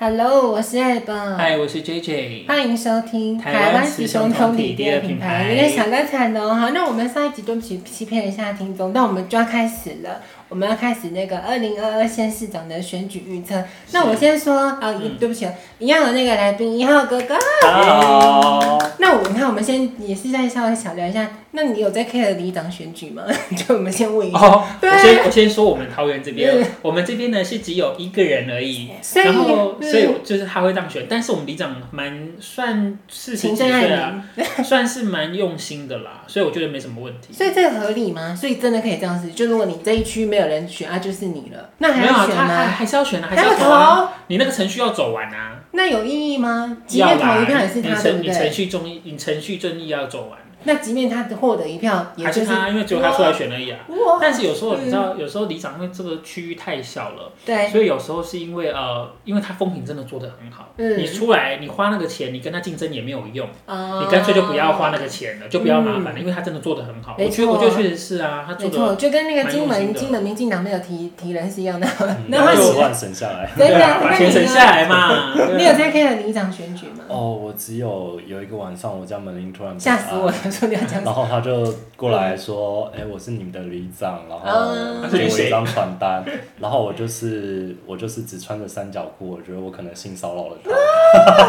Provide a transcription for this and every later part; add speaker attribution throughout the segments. Speaker 1: Hello，我是 Ab。
Speaker 2: 嗨，我是 JJ。
Speaker 1: 欢迎收听
Speaker 2: 台湾
Speaker 1: 雌
Speaker 2: 雌
Speaker 1: 雄
Speaker 2: 雄
Speaker 1: 同
Speaker 2: 同
Speaker 1: 体
Speaker 2: 体
Speaker 1: 第
Speaker 2: 第
Speaker 1: 二
Speaker 2: 二
Speaker 1: 品
Speaker 2: 品
Speaker 1: 牌，
Speaker 2: 牌
Speaker 1: 有点小蛋惨的哦。好，那我们上一集对不起欺骗了一下听众，但我们就要开始了。我们要开始那个二零二二县市长的选举预测。那我先说，啊、
Speaker 2: 嗯
Speaker 1: 对不起，一样的那个来宾一号哥哥。
Speaker 2: Hello，
Speaker 1: 那我看我们先也是在稍微小聊一下，那你有在 care 里长选举吗？ 就我们先问一下，
Speaker 2: 哦，
Speaker 1: 对啊
Speaker 2: 我先我先说我们桃园这边，我们这边呢是只有一个人而已，
Speaker 1: 所以
Speaker 2: 然后
Speaker 1: 嗯
Speaker 2: 所以就是他会当选，但是我们里长蛮算四十
Speaker 1: 行
Speaker 2: 几
Speaker 1: 政爱
Speaker 2: 岁
Speaker 1: 民
Speaker 2: 啊，算是蛮用心的啦，所以我觉得没什么问题。
Speaker 1: 所以这个合理吗？所以真的可以这样子，就如果你这一区没有人选啊，就是你了，那还
Speaker 2: 没有
Speaker 1: 要
Speaker 2: 啊，
Speaker 1: 选
Speaker 2: 他还
Speaker 1: 吗？
Speaker 2: 还是要选啊，还是
Speaker 1: 还
Speaker 2: 要
Speaker 1: 要
Speaker 2: 投啊，
Speaker 1: 投，
Speaker 2: 你那个程序要走完啊，
Speaker 1: 那有意义吗？即
Speaker 2: 要
Speaker 1: 便投
Speaker 2: 啦
Speaker 1: 一票也，是
Speaker 2: 你
Speaker 1: 他，对
Speaker 2: 程
Speaker 1: 不
Speaker 2: 你程
Speaker 1: 对？
Speaker 2: 序中你程序正义要走完，
Speaker 1: 那即便他获得一票，也
Speaker 2: 还
Speaker 1: 就是是哦嗯
Speaker 2: 他，因为只有他出来选而已啊。
Speaker 1: 哇，
Speaker 2: 但是有时候你知道，有时候里长因为这个区域太小了。
Speaker 1: 对，
Speaker 2: 所以有时候是因为呃，因为他风评真的做得很好，
Speaker 1: 嗯
Speaker 2: 你出来你花那个钱，你跟他竞争也没有用，
Speaker 1: 啊
Speaker 2: 你干脆就不要花那个钱了，就不要麻烦了，因为他真的做得很好。
Speaker 1: 嗯没
Speaker 2: 我觉得
Speaker 1: 错
Speaker 2: 我觉得确实是啊，他做
Speaker 1: 没
Speaker 2: 的
Speaker 1: 错，就跟那个金
Speaker 2: 蛮用
Speaker 1: 门
Speaker 2: 心的
Speaker 1: 金门民进党没有提提人是一 样的。那
Speaker 3: 然
Speaker 1: 他
Speaker 3: 后
Speaker 1: 喜
Speaker 3: 六
Speaker 1: 欢
Speaker 3: 万省下来。
Speaker 1: 真的，
Speaker 2: 啊把
Speaker 1: 那
Speaker 2: 钱
Speaker 1: 你
Speaker 2: 省
Speaker 1: 呢？
Speaker 2: 下来 嘛。啊
Speaker 1: 你有在 care 里长选举吗？
Speaker 3: 哦，我只有有一个晚上，我家门铃突然
Speaker 1: 吓死我了！
Speaker 3: 按
Speaker 1: 我说你要讲什么
Speaker 3: 然后他就过来说：“哎、我是你们的里长。”然
Speaker 1: 嗯
Speaker 3: 后给我一张传单，然后我就是我就是只穿着三角裤，我觉得我可能性骚扰了他，
Speaker 1: 啊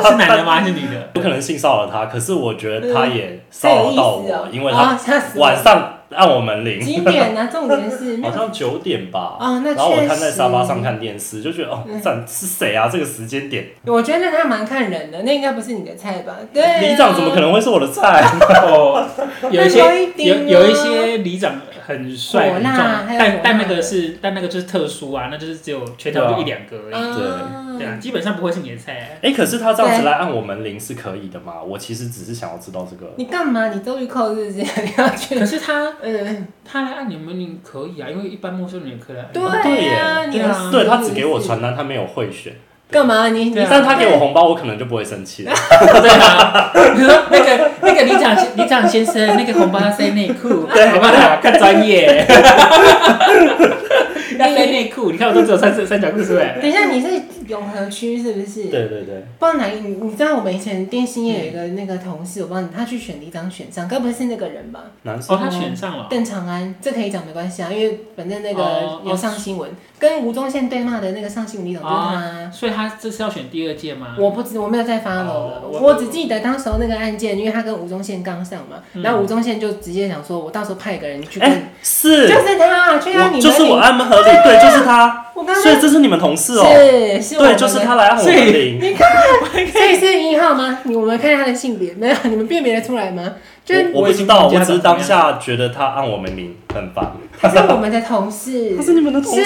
Speaker 2: 是男的吗？还是女 的？
Speaker 3: 我可能性骚扰了他，可是我觉得他也
Speaker 1: 这
Speaker 3: 骚
Speaker 1: 嗯有意
Speaker 3: 扰到
Speaker 1: 思
Speaker 3: 我，
Speaker 1: 哦，
Speaker 3: 因为
Speaker 1: 啊
Speaker 3: 他
Speaker 1: 吓死我
Speaker 3: 晚上按我门铃，
Speaker 1: 几点呢？重点 是没
Speaker 3: 好
Speaker 1: 有
Speaker 3: 像九点吧。
Speaker 1: 哦那
Speaker 3: 然后我
Speaker 1: 确
Speaker 3: 看在
Speaker 1: 实
Speaker 3: 沙发上看电视，就觉得哦，这是谁啊？这个时间点，
Speaker 1: 我觉得他蛮看人的，那应该不是你的菜吧？对、啊，
Speaker 3: 里长怎么可？能会是我的菜？
Speaker 2: 哦，
Speaker 1: 那
Speaker 2: 有一
Speaker 1: 不一
Speaker 2: 些
Speaker 1: 定
Speaker 2: 有
Speaker 1: 啊
Speaker 2: 有一些里长很帅
Speaker 1: 火
Speaker 2: 很
Speaker 1: 辣
Speaker 2: 壮，
Speaker 1: 还有火
Speaker 2: 但但
Speaker 1: 辣
Speaker 2: 那个是但那个就是特殊啊，那就是只有全台
Speaker 3: 对
Speaker 2: 湾
Speaker 3: 啊
Speaker 2: 就一两个而已，
Speaker 1: 啊
Speaker 2: 对啊，基本上不会是你的菜。啊
Speaker 3: 哎、可是他这样子来按我门铃是可以的嘛？我其实只是想要知道这个。
Speaker 1: 你干嘛？你周玉蔻是不是？你要
Speaker 2: 可
Speaker 1: 去？
Speaker 2: 是他
Speaker 1: 嗯，
Speaker 2: 他来按你们，你可以啊，因为一般陌生人也可以来按你。
Speaker 1: 对呀、
Speaker 3: 哦对耶
Speaker 1: 你有
Speaker 2: 对啊
Speaker 3: 对他只给我传单，他没有贿选，
Speaker 1: 干嘛？你你
Speaker 2: 对啊
Speaker 3: 但他给我红包，我可能就不会生气了。
Speaker 2: 对啊，你说那个那个李长李长先生那个红包要塞内裤，好不好？看专业， 要塞内裤。你看我都只有三三三角裤出来。
Speaker 1: 等一下，你是永和区是不是？
Speaker 3: 对对对，
Speaker 1: 不知道哪一，你你知道我们以前电信业有一个那个同事，我不知道你他去选里长选上，该不会是那个人吧？
Speaker 3: 男生
Speaker 2: 哦，他选上了。
Speaker 1: 邓长安，这可以讲没关系啊，因为反正那个
Speaker 2: 哦
Speaker 1: 有上新闻，跟吴宗宪对骂的那个上新闻里长就是他啊、
Speaker 2: 所以他这是要选第二届吗？
Speaker 1: 我不知我没有再 follow 了，
Speaker 2: 哦
Speaker 1: 我
Speaker 2: 我
Speaker 1: 只记得当时候那个案件，因为他跟吴宗宪刚上嘛，然后吴宗宪就直接想说，我到时候派一个人去
Speaker 3: 嗯哎、
Speaker 1: 跟，
Speaker 3: 是，
Speaker 1: 就是他，去按
Speaker 3: 我
Speaker 1: 你
Speaker 3: 就是我
Speaker 1: 门铃，
Speaker 3: 按门合理，对，就是他，
Speaker 1: 我刚刚
Speaker 3: 所以这是你们同事哦、
Speaker 1: 是是我
Speaker 3: 对，
Speaker 1: 们
Speaker 3: 就是他来按我
Speaker 2: 所以
Speaker 3: 门铃。
Speaker 1: 的，所以是一号吗？你我们看他的性别，没有，你们辨别得出来吗？就是
Speaker 3: 我我
Speaker 2: 我
Speaker 3: 不
Speaker 2: 已
Speaker 3: 知
Speaker 2: 经
Speaker 3: 道，
Speaker 2: 不知
Speaker 3: 我
Speaker 2: 道
Speaker 3: 只是当下觉得他按我门铃很烦，
Speaker 1: 他是我们的同事，
Speaker 3: 他是你们的同事
Speaker 1: 是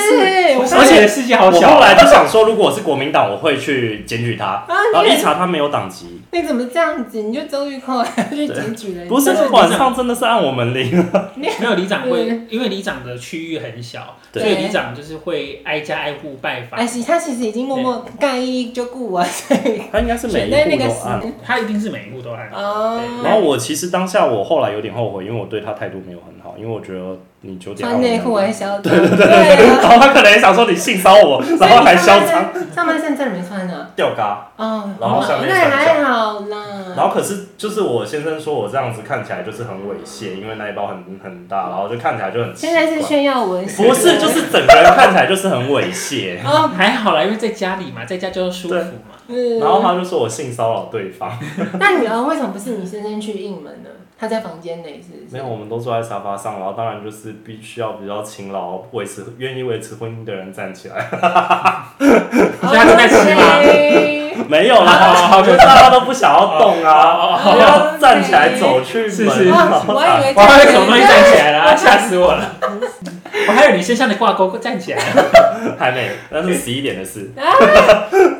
Speaker 1: 我
Speaker 2: 而且的世界好
Speaker 3: 我
Speaker 2: 小
Speaker 3: 后
Speaker 2: 啊。
Speaker 3: 来就想说，如果我是国民党，我会去检举
Speaker 1: 啊
Speaker 3: 他。然后一查他没有党籍，
Speaker 1: 你怎么这样子？你就周玉蔻去检举了，
Speaker 3: 不是
Speaker 1: 你知道吗
Speaker 3: 晚上真的是按我门铃。
Speaker 2: 没有里长会
Speaker 1: 嗯，
Speaker 2: 因为里长的区域很小，
Speaker 3: 对
Speaker 2: 所以里长就是会挨家挨户拜访
Speaker 1: 哎，。是他其实已经默默盖一就顾我，所以
Speaker 3: 他应该是每
Speaker 1: 选在那
Speaker 3: 一
Speaker 1: 个
Speaker 3: 户都
Speaker 1: 时
Speaker 3: 按。
Speaker 2: 他一定是每一户都按。
Speaker 1: 哦
Speaker 2: 对
Speaker 3: 然后我其实当下我后来有点后悔，因为我对他态度没有很好，因为我觉得你九点
Speaker 1: 穿内裤还
Speaker 3: 然
Speaker 1: 嚣张，对啊。
Speaker 3: 后他可能也想说你性骚扰我， 然后还嚣张
Speaker 1: 张，上半身真的没穿呢。
Speaker 3: 吊嘎。
Speaker 1: 哦，
Speaker 3: 然后下面
Speaker 1: 那
Speaker 3: 三角
Speaker 1: 还好啦。
Speaker 3: 然后可是就是我先生说我这样子看起来就是很猥亵，因为那一包很很大，然后就看起来就很奇
Speaker 1: 现在是
Speaker 3: 怪。
Speaker 1: 炫耀文，
Speaker 3: 不是，就是整个人看起来就是很猥亵。
Speaker 1: 哦，
Speaker 2: 还好啦，因为在家里嘛，在家就舒服嘛。
Speaker 1: 嗯。
Speaker 3: 然后他就说我性骚扰对方，
Speaker 1: 那女儿为什么不是你先生去应门呢？他在房间内是不是？
Speaker 3: 没有，我们都坐在沙发上，然后当然就是必须要比较勤劳，维持愿意维持婚姻的人站起来。
Speaker 2: 所以他正在吃
Speaker 3: 啊
Speaker 2: 吗
Speaker 1: 哦 OK
Speaker 3: 没有啦，就大家都不想要动啊，
Speaker 1: 哦
Speaker 3: 不要站起来走去
Speaker 2: 是
Speaker 3: 门
Speaker 2: 是
Speaker 3: 然
Speaker 1: 哦
Speaker 3: 后
Speaker 1: 我
Speaker 3: 打
Speaker 1: 还以为
Speaker 2: 我还有什么东西站起来了、 吓死我了！我还有你身上的挂钩站起来了。
Speaker 3: 还没，那是十一点的事。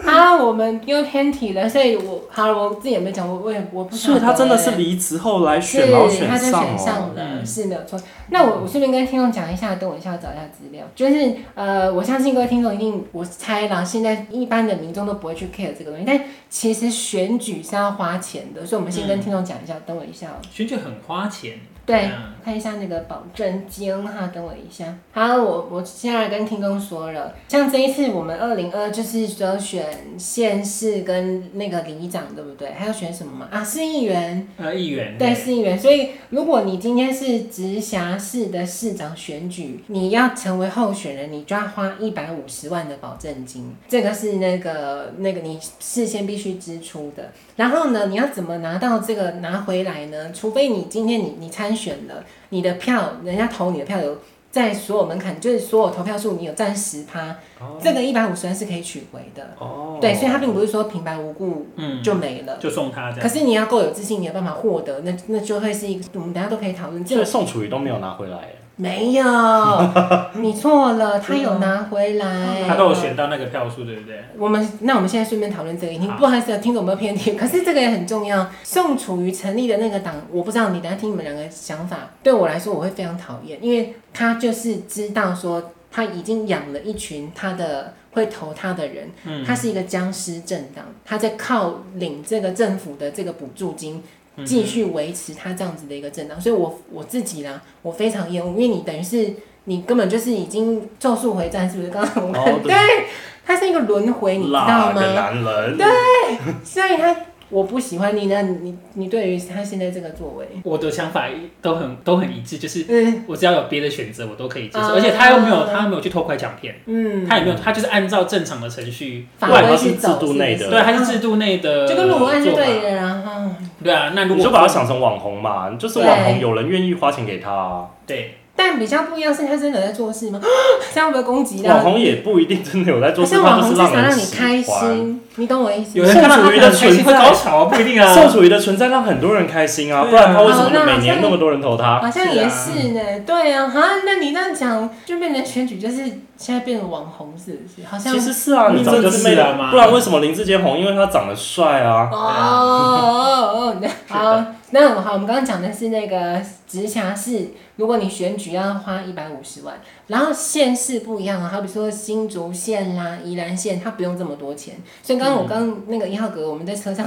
Speaker 1: 啊，我们又偏题了，所以我好了，我自己也没讲，我我也我不晓
Speaker 3: 所
Speaker 1: 得
Speaker 3: 以他真的是
Speaker 1: 欸
Speaker 3: 离职后来
Speaker 1: 是
Speaker 3: 选，然后
Speaker 1: 他就
Speaker 3: 上
Speaker 1: 选
Speaker 3: 哦。
Speaker 1: 上了，
Speaker 2: 嗯
Speaker 1: 是没有错。那我我顺便跟听众讲一下，等我一下我找一下资料。就是呃，我相信各位听众一定，我猜啦，现在一般的民众都不会去 care 这个东西，但其实选举是要花钱的，所以我们先跟听众讲一下，等我一下哦。
Speaker 2: 选举很花钱，
Speaker 1: 对
Speaker 2: 嗯，
Speaker 1: 看一下那个保证金哈，等我一下。好，我我现在跟听众说了，像这一次我们二零二就是说选县市跟那个里长，对不对？还要选什么嘛？啊，市议员，
Speaker 2: 呃，议员
Speaker 1: 对，市议员。所以如果你今天是直辖市的市长选举，你要成为候选人，你就要花一百五十万的保证金，这个是那个那个你事先必须支出的。然后呢，你要怎么拿到这个拿回来呢？除非你今天你你参选了，你的票人家投你的票有在所有门槛，就是所有投票数你有占十趴，这个一百五十万是可以取回的。
Speaker 3: 哦
Speaker 1: 对，所以它并不是说平白无故
Speaker 2: 嗯，
Speaker 1: 就没了。
Speaker 2: 就送他这样。
Speaker 1: 可是你要够有自信，你有办法获得，那那就会是一个，我们等一下都可以讨论。这
Speaker 3: 所以
Speaker 1: 个
Speaker 3: 宋楚瑜都没有拿回来，
Speaker 1: 没有，你错了，他有拿回来。
Speaker 2: 他都有选到那个票数，对不对？
Speaker 1: 我们那我们现在顺便讨论这个，已经
Speaker 2: 好
Speaker 1: 不好意思，听懂有没有偏题？可是这个也很重要。宋楚瑜成立的那个党，我不知道你等一下听你们两个想法。对我来说，我会非常讨厌，因为他就是知道说他已经养了一群他的会投他的人，
Speaker 2: 嗯
Speaker 1: 他是一个僵尸政党，他在靠领这个政府的这个补助金。继续维持他这样子的一个政党，所以我我自己啦，我非常厌恶，因为你等于是你根本就是已经咒术回战，是不是？刚刚我们、
Speaker 3: 哦对
Speaker 1: 对，它是一个轮回，你知道
Speaker 3: 辣的
Speaker 1: 吗？
Speaker 3: 男人，
Speaker 1: 所以他我不喜欢你呢，你你你对于他现在这个作为，
Speaker 2: 我的想法都很都很一致，就是
Speaker 1: 嗯
Speaker 2: 我只要有别的选择，我都可以接受。
Speaker 1: 啊
Speaker 2: 而且他又没有，他又没有去偷拐抢骗，
Speaker 1: 嗯，
Speaker 2: 他也没有，他就是按照正常的程序，
Speaker 1: 法
Speaker 3: 不然
Speaker 1: 规
Speaker 3: 它是
Speaker 1: 去走
Speaker 3: 制度内的嗯
Speaker 1: 是不
Speaker 2: 对，
Speaker 1: 是
Speaker 2: 他是制度内的
Speaker 1: 就
Speaker 2: 做法，
Speaker 1: 跟裸案就对了啊。嗯
Speaker 2: 对啊，那如
Speaker 3: 你
Speaker 2: 果
Speaker 3: 就把他想成网红嘛，就是
Speaker 1: 对
Speaker 3: 网红，有人愿意花钱给他啊。
Speaker 2: 对，
Speaker 1: 但比较不一样是，他真的有在做 事吗？这样会不会攻击
Speaker 3: 网
Speaker 1: 到？
Speaker 3: 红也不一定真的有在做
Speaker 1: 可
Speaker 3: 事，
Speaker 1: 是
Speaker 3: 他
Speaker 1: 网
Speaker 3: 就
Speaker 1: 红至
Speaker 3: 是
Speaker 1: 少
Speaker 3: 让
Speaker 1: 让
Speaker 3: 人
Speaker 1: 你开
Speaker 3: 喜欢。
Speaker 1: 心，你懂我的意思
Speaker 2: 有
Speaker 1: 吗？
Speaker 2: 人看到
Speaker 3: 宋
Speaker 2: 他
Speaker 3: 楚
Speaker 2: 可
Speaker 3: 瑜的
Speaker 2: 能开心
Speaker 3: 存
Speaker 2: 会
Speaker 3: 在
Speaker 2: 高潮，不一定啊。
Speaker 3: 宋楚瑜的存在让很多人开心啊，
Speaker 2: 对啊
Speaker 3: 不然他为什么每年那么多人投他？
Speaker 1: 好像也是呢、对啊，哈，那你这样讲就变成选举，就是现在变成网红是不是？好像
Speaker 3: 其实是啊，
Speaker 2: 嗯
Speaker 3: 你政治魅力
Speaker 2: 早就是了嘛，
Speaker 3: 不然为什么林志杰红？因为他长得帅啊。
Speaker 1: 哦哦哦哦，
Speaker 2: 是
Speaker 1: 好
Speaker 2: 的，
Speaker 1: 那我好，我们刚刚讲的是那个直辖市，如果你选举要花一百五十万，然后县市不一样啊，好比说新竹县啦、宜兰县，它不用这么多钱。所以刚刚我刚那个一号哥，我们在车上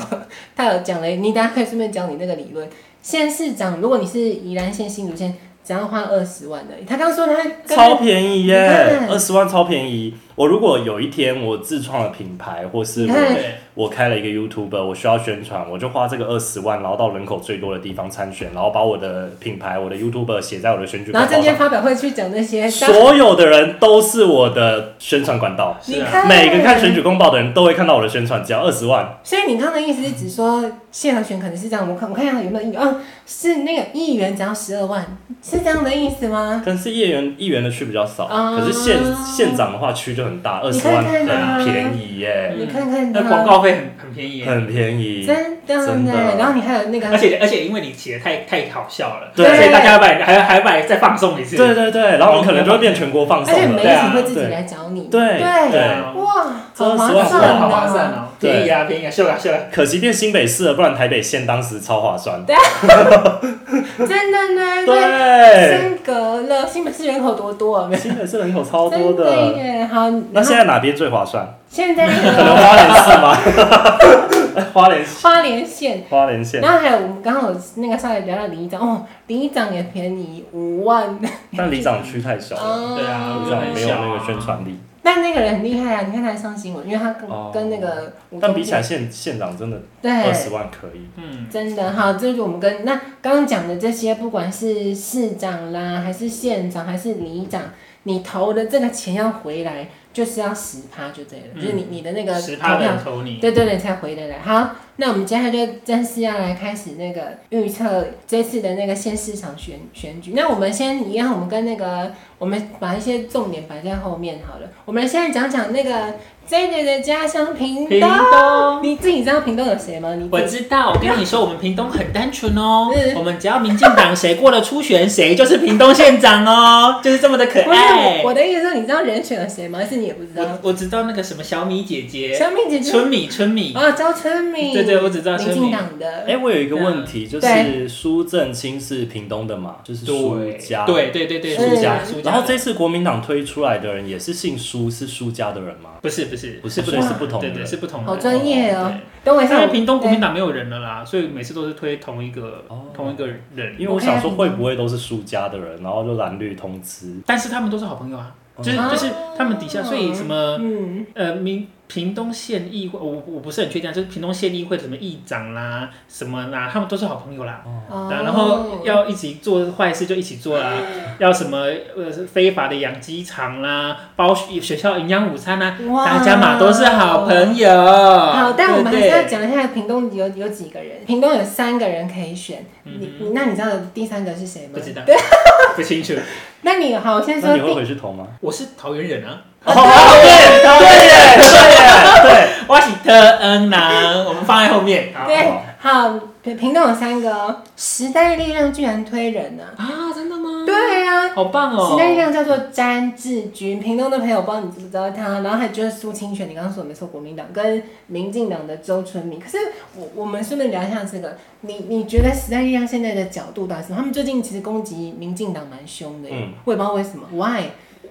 Speaker 1: 他有讲了，你大家可以顺便讲你那个理论。县市长，如果你是宜兰县、新竹县，只要花二十万而已。他刚说他跟
Speaker 3: 超便宜
Speaker 1: 你
Speaker 3: 耶，
Speaker 1: 看
Speaker 3: 二十万超便宜。我如果有一天我自创了品牌，或是
Speaker 1: 你看
Speaker 3: 我
Speaker 2: 对，啊
Speaker 3: 我开了一个 YouTube，我需要宣传，我就花这个二十万，然后到人口最多的地方参选，然后把我的品牌、我的 YouTube 写在我的选举
Speaker 1: 然
Speaker 3: 广
Speaker 1: 后证
Speaker 3: 告
Speaker 1: 件
Speaker 3: 上。
Speaker 1: 发表会去讲那些，
Speaker 3: 所有的人都是我的宣传管道，
Speaker 2: 是
Speaker 1: 你
Speaker 2: 啊，
Speaker 1: 看
Speaker 3: 每个看选举公报的人都会看到我的宣传，只要二十万。
Speaker 1: 所以你刚刚的意思是指说谢和弦可能是这样，我看我看一下有没有议员，哦，是那个议员只要十二万，是这样的意思吗？
Speaker 3: 但是议员议员的区比较少，
Speaker 1: 哦
Speaker 3: 可是县县长的话区就很大，二
Speaker 1: 你
Speaker 3: 十
Speaker 1: 看
Speaker 3: 万
Speaker 1: 看啊
Speaker 3: 很便宜耶，
Speaker 2: 嗯
Speaker 1: 你看看
Speaker 2: 那
Speaker 1: 他，
Speaker 2: 广告费很很便宜耶，
Speaker 3: 很便宜。
Speaker 1: 真的
Speaker 3: 真
Speaker 1: 呢
Speaker 3: 的，
Speaker 1: 然后你还有那个
Speaker 2: 而且而且因为你写的太太好笑了，
Speaker 3: 对
Speaker 2: 所以大家要把你还还把你再放送一次，
Speaker 3: 对对对，然后我们可能就会变全国放
Speaker 1: 而且
Speaker 3: 送
Speaker 1: 媒
Speaker 3: 了。
Speaker 2: 对
Speaker 1: 体
Speaker 2: 啊
Speaker 1: 会自己
Speaker 3: 对
Speaker 1: 来找你，
Speaker 3: 对
Speaker 2: 对
Speaker 1: 对，
Speaker 2: 啊，
Speaker 1: 哇，
Speaker 3: 这
Speaker 1: 好划
Speaker 3: 20万
Speaker 1: 算
Speaker 3: 哇
Speaker 1: 啊！
Speaker 2: 好划算哦，
Speaker 3: 对
Speaker 2: 便宜啊便宜啊，秀啊秀啊，
Speaker 3: 可惜变新北市了，不然台北县当时超划算。
Speaker 1: 真的呢，对，
Speaker 3: 对，
Speaker 1: 升格了，新北市人口多多啊，没
Speaker 3: 新北市人口超多
Speaker 1: 真的
Speaker 3: 的。
Speaker 1: 耶，好，
Speaker 3: 那
Speaker 1: 然后
Speaker 3: 现在哪边最划算？
Speaker 1: 现在那
Speaker 3: 可能
Speaker 1: 个
Speaker 3: 花莲市吗？ 花莲
Speaker 1: 花莲县。
Speaker 3: 花莲县，
Speaker 1: 然后还有我们刚好那个稍微聊到里长哦，里长也便宜五万，
Speaker 3: 但里长区太小了，
Speaker 1: 哦
Speaker 2: 对啊
Speaker 3: 里长没有那个宣传力。
Speaker 1: 但那个人很厉害啊！你看他还上新闻，因为他跟、
Speaker 3: 哦
Speaker 1: 跟那个吴宗宪，
Speaker 3: 但比起来，县县长真的二十
Speaker 1: 对，
Speaker 3: 万可以。
Speaker 2: 嗯，
Speaker 1: 真的哈，这就是我们跟那刚刚讲的这些，不管是市长啦，还是县长，还是里长，你投的这个钱要回来，就是要十趴就对了，
Speaker 2: 嗯
Speaker 1: 就是你你的那个
Speaker 2: 十
Speaker 1: 投
Speaker 2: 趴
Speaker 1: 票
Speaker 2: 人，投你，
Speaker 1: 对对对，才回得来。好，那我们接下来就正式要来开始那个预测这次的那个县市场选选举。那我们先一样，我们跟那个我们把一些重点摆在后面好了。我们现在讲讲那个 J J 的家乡屏
Speaker 2: 屏
Speaker 1: 东。
Speaker 2: 东。
Speaker 1: 你自己知道屏东有谁吗？你
Speaker 2: 我
Speaker 1: 自己
Speaker 2: 知道，我跟你说，我们屏东很单纯哦
Speaker 1: 嗯。
Speaker 2: 我们只要民进党谁过了初选，谁就是屏东县长哦， 就是这么的可
Speaker 1: 不是
Speaker 2: 爱。
Speaker 1: 我的意思是，你知道人选有谁吗？还是你也不知道
Speaker 2: 我？我知道那个什么小米姐姐，
Speaker 1: 小米姐姐
Speaker 2: 春米春米，
Speaker 1: 啊，周春米，
Speaker 2: 对对，我只知道
Speaker 1: 民
Speaker 2: 春
Speaker 1: 进
Speaker 2: 米。
Speaker 1: 党的
Speaker 3: 哎、我有一个问题，就是
Speaker 1: 对
Speaker 3: 苏正清是屏东的嘛，就是苏家。。
Speaker 2: 对对对对，
Speaker 1: 苏
Speaker 2: 苏家
Speaker 1: 嗯
Speaker 2: 苏家。
Speaker 3: 然后这次国民党推出来的人也是姓苏，是苏家的人吗？
Speaker 2: 不是不就是
Speaker 3: 不是
Speaker 2: 不
Speaker 3: 所以
Speaker 2: 同
Speaker 3: 是不同
Speaker 2: 对对
Speaker 3: 的
Speaker 2: 是不同的。
Speaker 1: 好专业哦
Speaker 2: 对。
Speaker 1: 等我一
Speaker 2: 现
Speaker 1: 下，
Speaker 2: 在屏东国民
Speaker 1: 对
Speaker 2: 党没有人了啦，所以每次都是推同一个、
Speaker 3: 哦
Speaker 2: 同一个人，
Speaker 3: 因为我想说会不会都是输家的人，然后就蓝绿通吃。
Speaker 2: 但是他们都是好朋友啊，就是
Speaker 1: 哦
Speaker 2: 就是他们底下，所以什么
Speaker 1: 嗯，
Speaker 2: 呃民屏东县议会，我我不是很确定啊，就是屏东县议会的什么议长啦什么啦，他们都是好朋友啦。啊
Speaker 1: 哦
Speaker 2: 然后要一起做坏事就一起做啦，
Speaker 1: 哎
Speaker 2: 要什么呃非法的养鸡场啦，包学学校营养午餐啦，
Speaker 1: 哇
Speaker 2: 大家嘛都是好朋友。
Speaker 1: 好，
Speaker 2: 好
Speaker 1: 但我们还是要讲一下屏东有有几个人，屏东有三个人可以选，
Speaker 3: 嗯
Speaker 1: 你你那你知道第三个是谁吗？
Speaker 2: 不知道，不清楚。
Speaker 1: 那你好，我先
Speaker 3: 那
Speaker 1: 说
Speaker 3: 你会
Speaker 1: 第
Speaker 3: 回去投吗？
Speaker 2: 我是桃园人啊，
Speaker 3: 哦，对对耶对 耶对，
Speaker 2: 我是特恩郎，我们放在后面。
Speaker 3: 啊
Speaker 2: 好
Speaker 1: 对，
Speaker 3: 哦
Speaker 1: 好，屏屏东有三个哦，时代力量居然推人呢、
Speaker 2: 啊，真的
Speaker 3: 嗯
Speaker 2: 吗？，
Speaker 1: 对啊，
Speaker 2: 好棒哦。
Speaker 1: 时代力量叫做詹志军，屏东的朋友，不知道你知不知道他，然后还就是苏清泉，你刚刚说的没错，国民党跟民进党的周春明。可是我我们顺便聊一下这个，你你觉得时代力量现在的角度到底是什么？他们最近其实攻击民进党蛮凶的耶，
Speaker 3: 嗯
Speaker 1: 我也不知道为什么，why？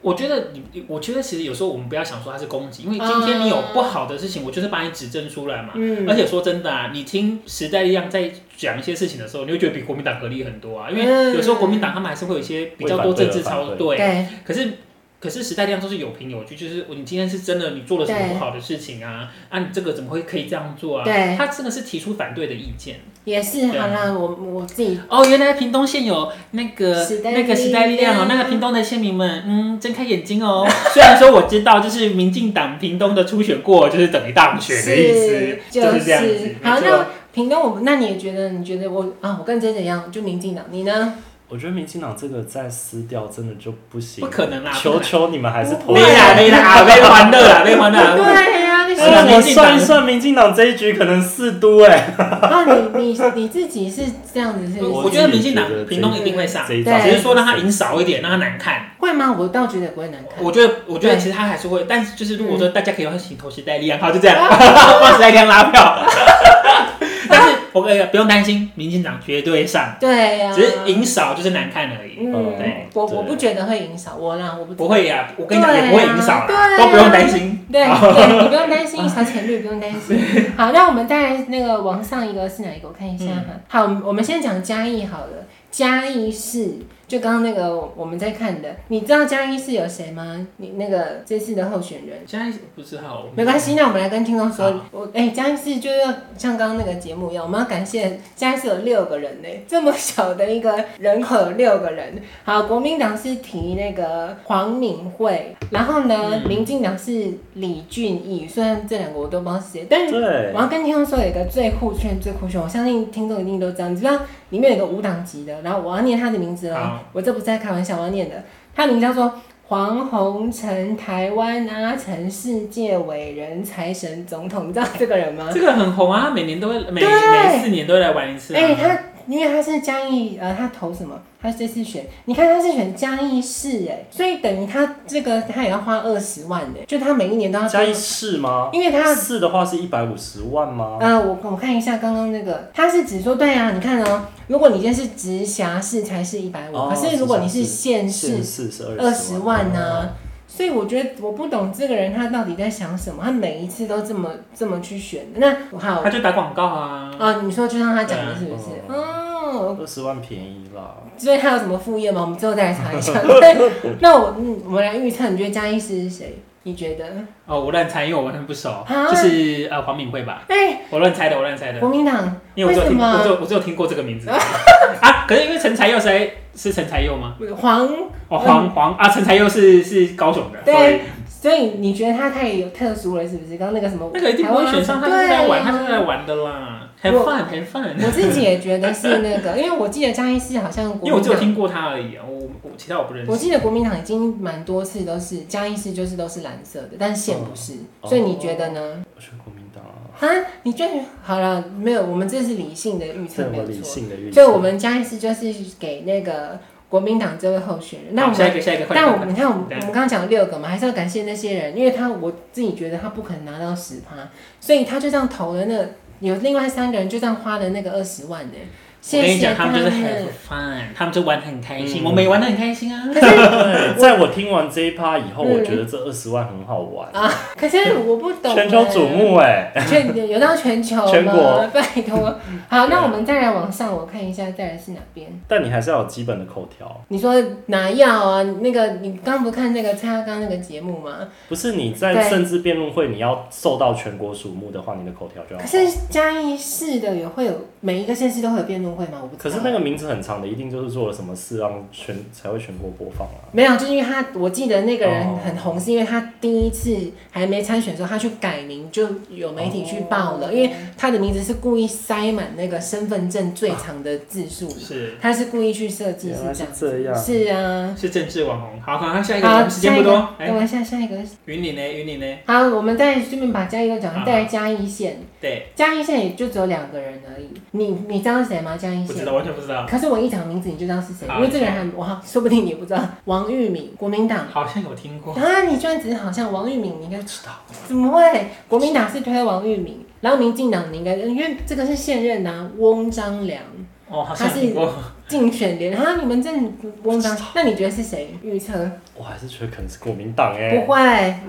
Speaker 2: 我觉得你，我觉得其实有时候我们不要想说它是攻击，因为今天你有不好的事情，我就是把你指正出来嘛。
Speaker 1: 嗯
Speaker 2: 而且说真的啊，你听时代力量在讲一些事情的时候，你会觉得比国民党合理很多啊，因为
Speaker 1: 嗯
Speaker 2: 有时候国民党他们还是会有一些比较多政治操
Speaker 3: 会反
Speaker 2: 对。
Speaker 1: 对，
Speaker 2: 可是可是时代力量都是有凭有据，就是你今天是真的你做了什么
Speaker 1: 对
Speaker 2: 不好的事情啊，啊你这个怎么会可以这样做啊？
Speaker 1: 对
Speaker 2: 他真的是提出反对的意见。
Speaker 1: 也是
Speaker 2: 对
Speaker 1: 好啦，我我自己
Speaker 2: 哦，原来屏东县有那个
Speaker 1: 时代力
Speaker 2: 那
Speaker 1: 量
Speaker 2: 个时代力量哦，那个屏东的县民们，嗯，睁开眼睛 哦。虽然说我知道，就是民进党屏东的初选过，就是等于大选的意思，
Speaker 1: 就
Speaker 2: 就是这样子。
Speaker 1: 好，
Speaker 2: 没错
Speaker 1: 那屏东我那你也觉得？你觉得我啊，我跟 J J 一样，就民进党，你呢？
Speaker 3: 我觉得民进党这个再撕掉真的就不行，
Speaker 2: 不可能啦，
Speaker 3: 求求你们还是投
Speaker 2: 没啦没 啦，没欢乐啦，没欢乐啦。
Speaker 1: 对呀、你
Speaker 2: 是啊
Speaker 1: 说
Speaker 3: 呃
Speaker 2: 民
Speaker 3: 我
Speaker 2: 进党
Speaker 3: 算一算，民进党这一局可能四都哎，
Speaker 1: 啊，你你你自己是这样子是不
Speaker 2: 我
Speaker 1: 是？
Speaker 2: 我觉得民进党屏东一定会上，
Speaker 3: 这一
Speaker 1: 对
Speaker 3: 仗
Speaker 2: 只是说让他赢少一点，让他难看。
Speaker 1: 会吗？我倒觉得也不会难看。
Speaker 2: 我觉得，我觉得
Speaker 1: 对嗯
Speaker 2: 其实他还是会，但是就是如果说大家可以用投时代力量，好，就这
Speaker 1: 啊
Speaker 2: 样， 帮时代力量拉票。 但是我跟你讲不用担心，民进党绝对上。
Speaker 1: 对呀、
Speaker 2: 只是赢少就是难看而已，
Speaker 1: 嗯，
Speaker 3: 对
Speaker 1: 我
Speaker 3: 对
Speaker 1: 我不觉得会影响我啦，我不
Speaker 2: 不。会呀、我
Speaker 1: 我
Speaker 2: 跟你讲也不会赢少
Speaker 1: 对、啊
Speaker 2: 啦，都不用担心。
Speaker 1: 对
Speaker 2: 好
Speaker 1: 对，你不用担心小浅绿，不用担 心。好，那我们再来那个往上一个是哪一个？我看一下哈。
Speaker 2: 嗯
Speaker 1: 好，我们先讲嘉义好了。嘉义市就刚刚那个我们在看的，你知道嘉义市有谁吗？你那个这次的候选人。
Speaker 2: 现在不知道，
Speaker 1: 没关。系，那我们来跟听众说
Speaker 2: 好，
Speaker 1: 我哎，嘉义市就是像刚刚那个节目一样，我们要感谢嘉义市有六个人呢，这么小的一个人口有六个人。好，国民党是提那个黄敏惠，然后呢，民进党是李俊毅，虽然这两个我都不知道是谁，但是
Speaker 3: 对啊
Speaker 1: 我，要跟听众说有一个最酷炫、最酷炫，我相信听众一定都知道，你知道里面有一个无党籍的，然后我要念他的名字哦
Speaker 2: 好，
Speaker 1: 我这不是在开玩笑，我要念的，他的名字叫做黄宏成，台湾阿成世界伟人财神总统，你知道这个人吗？
Speaker 2: 这个很红啊，每年都会每
Speaker 1: 对
Speaker 2: 每四年都会来玩一次、啊。
Speaker 1: 哎、他因为他是嘉义，呃，他投什么？他这次选，你看他是选嘉义市，哎，所以等于他这个他也要花二十万的，就他每一年都要
Speaker 3: 嘉义市哦吗？
Speaker 1: 因为他
Speaker 3: 市的话是一百五十万吗？
Speaker 1: 呃，我我看一下刚刚那个，他是指说，对啊，你看哦，如果你今天是直辖市才是一百五，
Speaker 3: 哦
Speaker 1: 可是如果你
Speaker 3: 直
Speaker 1: 是
Speaker 3: 辖市
Speaker 1: 县市
Speaker 3: 县市是
Speaker 1: 二
Speaker 3: 二
Speaker 1: 十万哦呢、
Speaker 3: 呢？
Speaker 1: 所以我觉得我不懂这个人他到底在想什么，他每一次都这么这么去选。那好
Speaker 2: 他就打广告啊。
Speaker 1: 啊，你说就像他讲的是不是？
Speaker 3: 嗯
Speaker 1: 哦，
Speaker 3: 二十万便宜啦，
Speaker 1: 所以他有什么副业吗？我们之后再来查 一下。对那我嗯，我们来预测，你觉得嘉义市是谁？你觉得？
Speaker 2: 哦，我乱猜，因为我完全不熟
Speaker 1: 啊，
Speaker 2: 就是呃黄敏惠吧，
Speaker 1: 哎、
Speaker 2: 我乱猜的，我乱猜的
Speaker 1: 国，民党
Speaker 2: 因为我只有
Speaker 1: 为什
Speaker 2: 听，
Speaker 1: 么
Speaker 2: 我只有我只有听过这个 名字啊。可是因为陈才佑是在是陈才佑吗？
Speaker 1: 黄
Speaker 2: 哦，黄黄啊，陈才佑是是高雄的，
Speaker 1: 嗯对，所以你觉得他太有特殊了，是不是？刚刚那个什么，
Speaker 2: 那个一定不会选上，他
Speaker 1: 台
Speaker 2: 是
Speaker 1: 湾对
Speaker 2: 在玩，
Speaker 1: 啊
Speaker 2: 他是在玩的啦，很
Speaker 1: 我
Speaker 2: fun 很 fun。
Speaker 1: 我自己也觉得是那个，因为我记得张医师好像国
Speaker 2: 因为我
Speaker 1: 民
Speaker 2: 只有
Speaker 1: 党，
Speaker 2: 听过他而已啊，我我其他我不认
Speaker 1: 我
Speaker 2: 识。
Speaker 1: 记得国民党已经蛮多次都是江医师就是都是蓝色的，但是县不是，
Speaker 3: 哦
Speaker 1: 所以你觉得呢？
Speaker 3: 我选国民党啊，
Speaker 1: 啊，你觉得好了，没有，我们这是理性的预测，
Speaker 3: 这
Speaker 1: 没
Speaker 3: 么
Speaker 1: 有
Speaker 3: 理
Speaker 1: 错。
Speaker 3: 性的预测，
Speaker 1: 所以我们江医师就是给那个国民党这位候选人，那我
Speaker 2: 好下
Speaker 1: 们
Speaker 2: 一。个下一个，快
Speaker 1: 但
Speaker 2: 点
Speaker 1: 我们你看，我们我
Speaker 2: 对
Speaker 1: 们刚刚讲了六个嘛，还是要感谢那些人，因为他我自己觉得他不可能拿到十趴，所以他就这样投了那有另外三个人就这样花了那个二十万呢、
Speaker 2: 我
Speaker 1: 谢
Speaker 2: 跟你
Speaker 1: 谢
Speaker 2: 讲，他
Speaker 1: 他
Speaker 2: 们就是很
Speaker 1: 们。
Speaker 2: fun，他们就玩得很开心，
Speaker 3: 嗯
Speaker 2: 我们也玩得很开心啊。
Speaker 3: 对，在我听完这一趴以后，
Speaker 1: 嗯
Speaker 3: 我觉得这二十万很好玩，
Speaker 1: 啊！可是我不懂、欸嗯
Speaker 3: 全球瞩，目哎、
Speaker 1: 全有到全球吗？
Speaker 3: 全国
Speaker 1: 拜托。好，那我们再来往上，我看一下再来是哪边。
Speaker 3: 但你还是要有基本的口条，
Speaker 1: 你说拿药啊？那个你刚不看那个蔡阿刚那个节目吗？
Speaker 3: 不是你在
Speaker 1: 对
Speaker 3: 政治辩论会你要受到全国瞩目的话，你的口条就要
Speaker 1: 可
Speaker 3: 好。
Speaker 1: 是嘉义市的也会有每一个县市都会有辩论会吗？我不知道。
Speaker 3: 可是那个名字很长的，一定就是做了什么事让全才会全国播放啊？
Speaker 1: 没有，就是因为他，我记得那个人
Speaker 3: 哦
Speaker 1: 很红，是因为他第一次还没参选的时候，他去改名，就有媒体去报了，因为他的名字是故意塞满那个身份证最长的字数，
Speaker 2: 是
Speaker 1: 他是故意去设计是
Speaker 3: 原来是
Speaker 1: 这
Speaker 3: 这
Speaker 1: 样
Speaker 3: 样
Speaker 1: 子，是啊。
Speaker 2: 是政治网红。好，好，那下一个，我
Speaker 1: 好，
Speaker 2: 们时间
Speaker 1: 下
Speaker 2: 不
Speaker 1: 一个
Speaker 2: 多，，来
Speaker 1: 等，我一下，下一个。
Speaker 2: 云岭呢？云岭呢？
Speaker 1: 好，我们再顺便把嘉义都讲完，
Speaker 2: 好
Speaker 1: 再来嘉义县，
Speaker 2: 对，
Speaker 1: 嘉义县也就只有两个人而已。你你知道是谁吗？嘉义
Speaker 2: 不知
Speaker 1: 县？
Speaker 2: 道，完全不知道。
Speaker 1: 可是我一讲名字你就知道是谁，
Speaker 2: 好
Speaker 1: 因为这个人还我说不定你也不知道，王玉敏，国民党。
Speaker 2: 好像有听过，
Speaker 1: 啊，你居然只是好像王玉敏，你应该
Speaker 2: 知道。
Speaker 1: 怎么会？国民党是推王玉明，然后民进党你应该，呃因为这个是现任啊，翁章良
Speaker 2: 哦，好像有听过。
Speaker 1: 竞选连，然后你们这翁章，那你觉得是谁？预测
Speaker 3: 我还是觉得可能是国民党哎、
Speaker 1: 不会，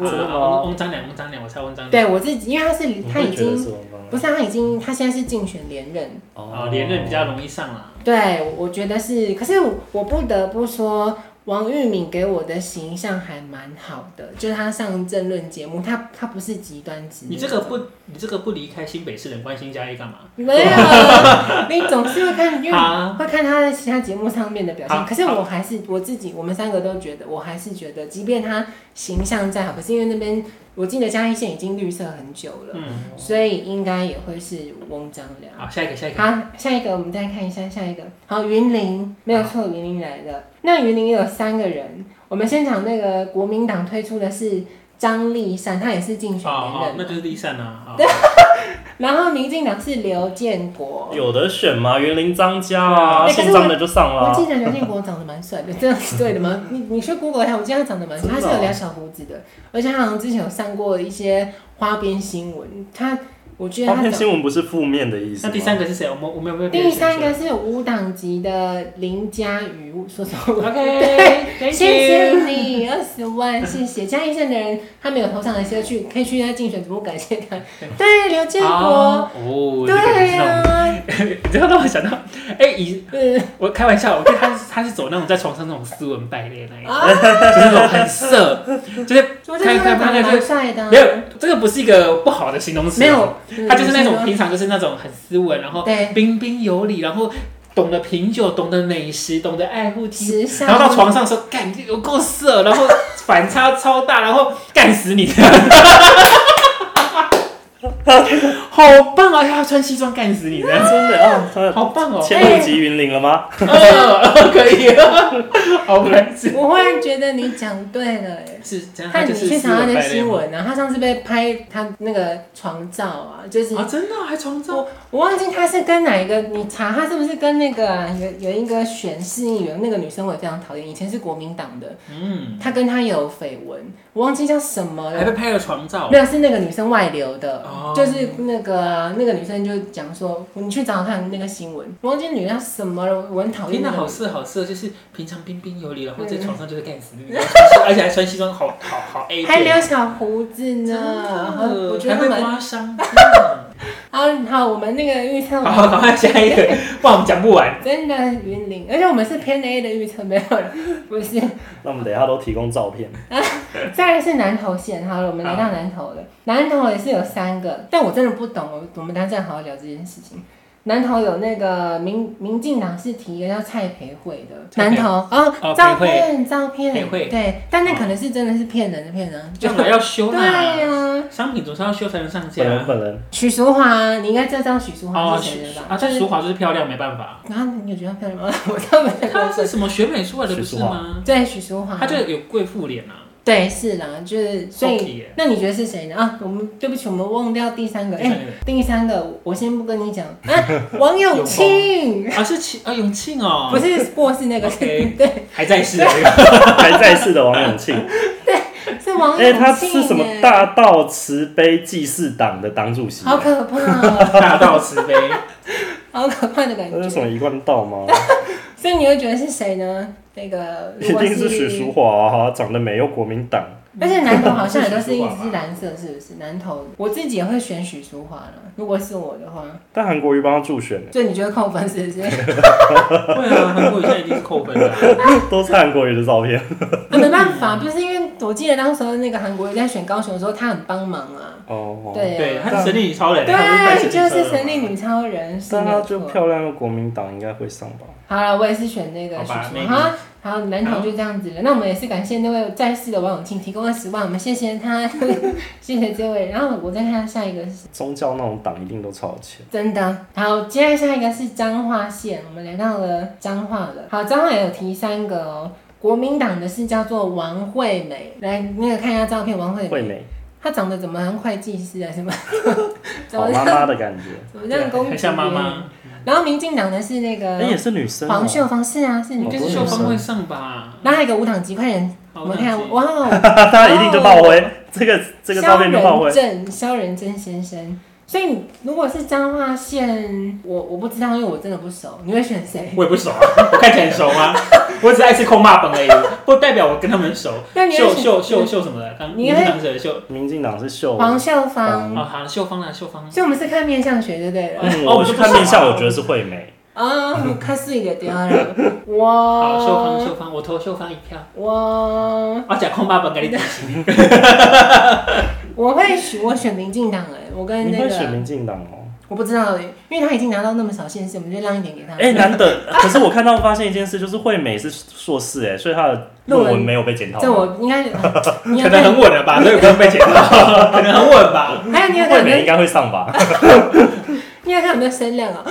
Speaker 3: 真的吗
Speaker 2: 我翁张良，翁张良，我猜翁张良。
Speaker 1: 对我自己，因为他是
Speaker 3: 你
Speaker 1: 他
Speaker 3: 会
Speaker 1: 已
Speaker 3: 觉得
Speaker 1: 经
Speaker 3: 是王邦
Speaker 1: 不是他已经他现在是竞选啊连任，
Speaker 2: 哦，连任比较容易上啦。
Speaker 1: 对我觉得是，可是我不得不说。王玉敏给我的形象还蛮好的，就是他上政论节目，他他不是极端之。
Speaker 2: 你这个不，你这个不离开新北市人关心嘉义干嘛？
Speaker 1: 没 有，你总是会看，因为
Speaker 2: 好
Speaker 1: 会看他在其他节目上面的表现。
Speaker 2: 好
Speaker 1: 可是我还是我自己，我们三个都觉得，我还是觉得，即便他形象再好，可是因为那边我记得嘉义县已经绿色很久了，
Speaker 2: 嗯，
Speaker 1: 所以应该也会是翁章良。
Speaker 2: 好，下一个，下一个。
Speaker 1: 好，下一个我们再看一下下一个。好，云林没有错，云林来了。那云林也有三个人，我们先讲那个国民党推出的是张立善，他也是竞选
Speaker 2: 好哦好，
Speaker 1: 连
Speaker 2: 那
Speaker 1: 任
Speaker 2: 就
Speaker 1: 嘛。
Speaker 2: 是立善啦。好
Speaker 1: 然后民进党是刘建国，
Speaker 3: 有的选嘛，园林张家啊，
Speaker 1: 哎可是
Speaker 3: 姓张的就上啊
Speaker 1: 我
Speaker 3: 啦。
Speaker 1: 记得刘建国长得蛮帅的，这样是对的 吗？你你去 Google 一下，我记得他长得蛮帅，他
Speaker 3: 真的
Speaker 1: 是
Speaker 3: 哦
Speaker 1: 有留小胡子的，而且他好像之前有上过一些花边新闻。他，我记得
Speaker 3: 花
Speaker 1: 他
Speaker 3: 片
Speaker 1: 长。
Speaker 3: 新闻不是负面的意思
Speaker 2: 那
Speaker 3: 吗？
Speaker 2: 第三个是谁？我们我们有没有别的
Speaker 1: 第
Speaker 2: 选项？
Speaker 1: 三个是无党籍的林佳瑜，说错 了。
Speaker 2: OK，
Speaker 1: 谢谢你二十万，谢谢嘉义县的人，他没有投上来社区，可以去他竞选节目感谢 他。对，刘建国，
Speaker 2: 好哦，这个
Speaker 1: 对啊
Speaker 2: 是那种
Speaker 1: 呀、
Speaker 2: 你知道让我想到，哎、以
Speaker 1: 嗯，
Speaker 2: 我开玩笑，我觉得他是他是走那种在床上那种斯文败类那一种，
Speaker 1: 啊
Speaker 2: 就是那种很色，就是
Speaker 1: 说真
Speaker 2: 看
Speaker 1: 的，他
Speaker 2: 看
Speaker 1: 长
Speaker 2: 他
Speaker 1: 得
Speaker 2: 就
Speaker 1: 蛮
Speaker 2: 是
Speaker 1: 帅的啊，
Speaker 2: 没有这个不是一个不好的形容词，
Speaker 1: 没，有，
Speaker 2: 他就是那种
Speaker 1: 嗯
Speaker 2: 平常就是那种很斯文，然后
Speaker 1: 对
Speaker 2: 彬彬有礼，然后懂得品酒，懂得美食，懂得爱护体。
Speaker 1: 时尚，
Speaker 2: 然后到床上说：“干，你有够色，然后 反差超大，然后干死你！好棒啊！他穿西装干死你，这样
Speaker 3: 真的啊，真的
Speaker 2: 好棒哦！
Speaker 3: 迁怒及云林了吗？
Speaker 1: 哎
Speaker 2: 呃，可以， 好白痴，
Speaker 1: 我忽然觉得你讲对了、欸。
Speaker 2: 是这样， 他
Speaker 1: 看你
Speaker 2: 就是
Speaker 1: 去
Speaker 2: 斯
Speaker 1: 查他
Speaker 2: 文
Speaker 1: 的
Speaker 2: 败类
Speaker 1: 新
Speaker 2: 吗
Speaker 1: 闻啊，他上次被拍他那个床照啊，就是、
Speaker 2: 啊，真的还床照，
Speaker 1: 我忘记他是跟哪一个，你查他是不是跟那个、啊、有有一个选市议员那个女生，我也非常讨厌，以前是国民党的，
Speaker 2: 嗯，
Speaker 1: 他跟他有绯闻，我忘记叫什么
Speaker 2: 还被
Speaker 1: 了。
Speaker 2: 拍了床照
Speaker 1: 没，有，是那个女生外流的，
Speaker 2: 哦
Speaker 1: 就是那个啊、那个女生就讲说，你去找看那个新闻，我忘记女的叫什么了，我很讨
Speaker 2: 天
Speaker 1: 厌
Speaker 2: 哪，
Speaker 1: 那
Speaker 2: 好
Speaker 1: 个。
Speaker 2: 色好色，就是平常彬彬有礼，然后
Speaker 1: 嗯
Speaker 2: 在床上就是干死你，然后穿西而且还穿西装，好好好 A
Speaker 1: 还留
Speaker 2: 片，
Speaker 1: 小胡子呢，好我觉得他
Speaker 2: 还会
Speaker 1: 蛮
Speaker 2: 刮伤，
Speaker 1: 好好，我们那个预测
Speaker 2: 好，好赶快下一个，不然我们讲不完。
Speaker 1: 真的云林，而且我们是偏 A 的预测，没有了，不是。
Speaker 3: 那我们等一下都提供照片。
Speaker 1: 再来是南投县，好了，我们来到南投了。南投也是有三个，但我真的不懂，我我们等一下再好好聊这件事情。南投有那个民民进党是提一个叫蔡培慧的，
Speaker 2: 蔡培
Speaker 1: 南投哦
Speaker 2: 哦，
Speaker 1: 照
Speaker 2: 培慧
Speaker 1: 片照片，
Speaker 2: 培慧哦
Speaker 1: 对，但那可能是真的是骗人的骗人啊，
Speaker 2: 这样要修
Speaker 1: 对
Speaker 2: 啦，
Speaker 1: 呀、啊，
Speaker 2: 商品总是要修才能上架
Speaker 3: 本。人本人
Speaker 1: 许淑华，你应该知道许淑华
Speaker 2: 哦，
Speaker 1: 是谁
Speaker 2: 徐
Speaker 1: 的吧？
Speaker 2: 啊，但淑华就是漂亮，没办法。
Speaker 1: 然后你有觉得她漂亮吗？ 我根本在
Speaker 2: 她
Speaker 1: 过
Speaker 2: 是
Speaker 1: 分。
Speaker 2: 什么学美出来的，不是
Speaker 3: 徐淑华
Speaker 2: 吗？
Speaker 1: 对，许淑华，
Speaker 2: 她就有贵妇脸啊。
Speaker 1: 对，是啦，就是所
Speaker 2: 好
Speaker 1: 以
Speaker 2: 奇耶，
Speaker 1: 那你觉得是谁呢？啊，我们对不起，我们忘掉第三个，哎、
Speaker 2: 第三个
Speaker 1: 第三个我先不跟你 讲，啊，王永庆
Speaker 2: 啊，是庆啊，永庆哦，
Speaker 1: 不是过世那个
Speaker 2: OK
Speaker 1: 对，
Speaker 2: 还在世的那个。
Speaker 3: 还在世的王 永庆，
Speaker 1: 是王永庆、哎，
Speaker 3: 哎，他是什么大道慈悲济世党的党主席？啊
Speaker 1: 好可怕、哦！
Speaker 2: 大道慈悲，
Speaker 1: 好可怕的感
Speaker 3: 那是呃什
Speaker 1: 觉。
Speaker 3: 么一贯 道吗？
Speaker 1: 所以你会觉得是谁呢？那个
Speaker 3: 一定是许淑，华、啊，长得美又国民党。
Speaker 1: 如果是而且男头好像也都是一只蓝色，是不是？男头我自己也会选许淑华了，如果是我的话，
Speaker 3: 但韩国瑜帮他 助选，
Speaker 1: 所以你觉得扣分是不是？
Speaker 2: 会啊，韩国瑜现在一定是扣分的啊。
Speaker 3: 都是韩国瑜的照片。
Speaker 1: 啊，没办法，就是因为我记得当时候那个韩国瑜在选高雄的时候，他很帮忙啊，
Speaker 3: 哦，
Speaker 1: 对
Speaker 2: 对，
Speaker 1: 啊，
Speaker 2: 他是神力女超人，他
Speaker 1: 对，
Speaker 2: 是
Speaker 1: 就
Speaker 2: 白色
Speaker 1: 是
Speaker 2: 的
Speaker 1: 神力女超人，是
Speaker 3: 但
Speaker 1: 没
Speaker 3: 他
Speaker 1: 有
Speaker 3: 就
Speaker 1: 错。
Speaker 3: 漂亮的国民党应该会上吧？
Speaker 1: 好了，我也是选那个
Speaker 2: 好
Speaker 1: 许
Speaker 2: 吧
Speaker 1: 淑
Speaker 2: maybe
Speaker 1: 华。好啊好，男团就这样子了。那我们也是感谢那位在世的王永庆提供二十万，我们谢谢他， 谢谢这位。然后我再看下一个是
Speaker 3: 宗教那种党一定都超有钱。
Speaker 1: 真的。好，接下来下一个是彰化县，我们来到了彰化了。好，彰化也有提三个哦。国民党的是叫做王惠美，来那个看一下照片，王惠
Speaker 3: 惠
Speaker 1: 美，
Speaker 3: 美，
Speaker 1: 她长得怎么像会计师啊？ 什么？怎
Speaker 3: 好
Speaker 1: 么
Speaker 3: 妈
Speaker 1: 像
Speaker 3: 妈的感觉。
Speaker 1: 怎么像公
Speaker 2: 很像妈妈，
Speaker 1: 然后民进党的是那个
Speaker 3: 哎，也是女生哦。
Speaker 1: 黄 秀芳，是啊，是
Speaker 2: 应
Speaker 1: 女
Speaker 2: 该是
Speaker 3: 哦多
Speaker 2: 秀
Speaker 3: 女
Speaker 2: 芳
Speaker 3: 生
Speaker 2: 会上吧？
Speaker 1: 那还有一个无党籍，快点，
Speaker 2: 好
Speaker 1: 我们看，
Speaker 2: 我
Speaker 1: 哇哦，
Speaker 3: 他当然一定就爆灰，这个这个照片就爆灰。
Speaker 1: 萧仁正，萧仁正先生。所以你如果是彰化县，我我不知道，因为我真的不熟。你会选谁？
Speaker 2: 我也不熟啊， 我看起来很熟吗？我只是爱吃空骂本而已，不代表我跟他们熟。
Speaker 1: 那你会
Speaker 2: 秀
Speaker 1: 选
Speaker 2: 秀秀秀什么的，刚
Speaker 1: 你嗯
Speaker 2: 民
Speaker 1: 会
Speaker 2: 进党的秀，
Speaker 3: 民进党是秀，
Speaker 1: 黄秀芳？
Speaker 2: 哦，好，秀芳啦，秀芳。
Speaker 1: 所以我们是看面相学，对不对？
Speaker 3: 嗯，
Speaker 2: 哦
Speaker 3: 我
Speaker 2: 我就
Speaker 3: 去
Speaker 2: 不知
Speaker 3: 看
Speaker 2: 道
Speaker 3: 面相，我觉得是 惠美。
Speaker 1: 啊，看是一个对啊。
Speaker 2: 好，秀芳，
Speaker 1: 我
Speaker 2: 秀芳，我投秀芳一票。
Speaker 1: 我
Speaker 2: 我讲空骂本给你讲，
Speaker 1: 我会选我选民进党哎，我跟
Speaker 3: 你
Speaker 1: 那
Speaker 3: 会选民
Speaker 1: 个
Speaker 3: 进党 哦？
Speaker 1: 我不知道哎，因为他已经拿到那么少县市，我们就让一点给他。
Speaker 3: 哎，难得。可是我看到发现一件事，就是惠美是硕士哎，所以她的论文没有被检讨。
Speaker 1: 这我应该你
Speaker 2: 可
Speaker 1: 要
Speaker 2: 能
Speaker 1: 看
Speaker 2: 很稳 了吧，所以不用被检讨，可能很稳吧。
Speaker 1: 还有你有
Speaker 3: 惠
Speaker 1: 感
Speaker 3: 美
Speaker 1: 觉
Speaker 3: 应，该会上吧？
Speaker 1: 你有看有没有声量啊？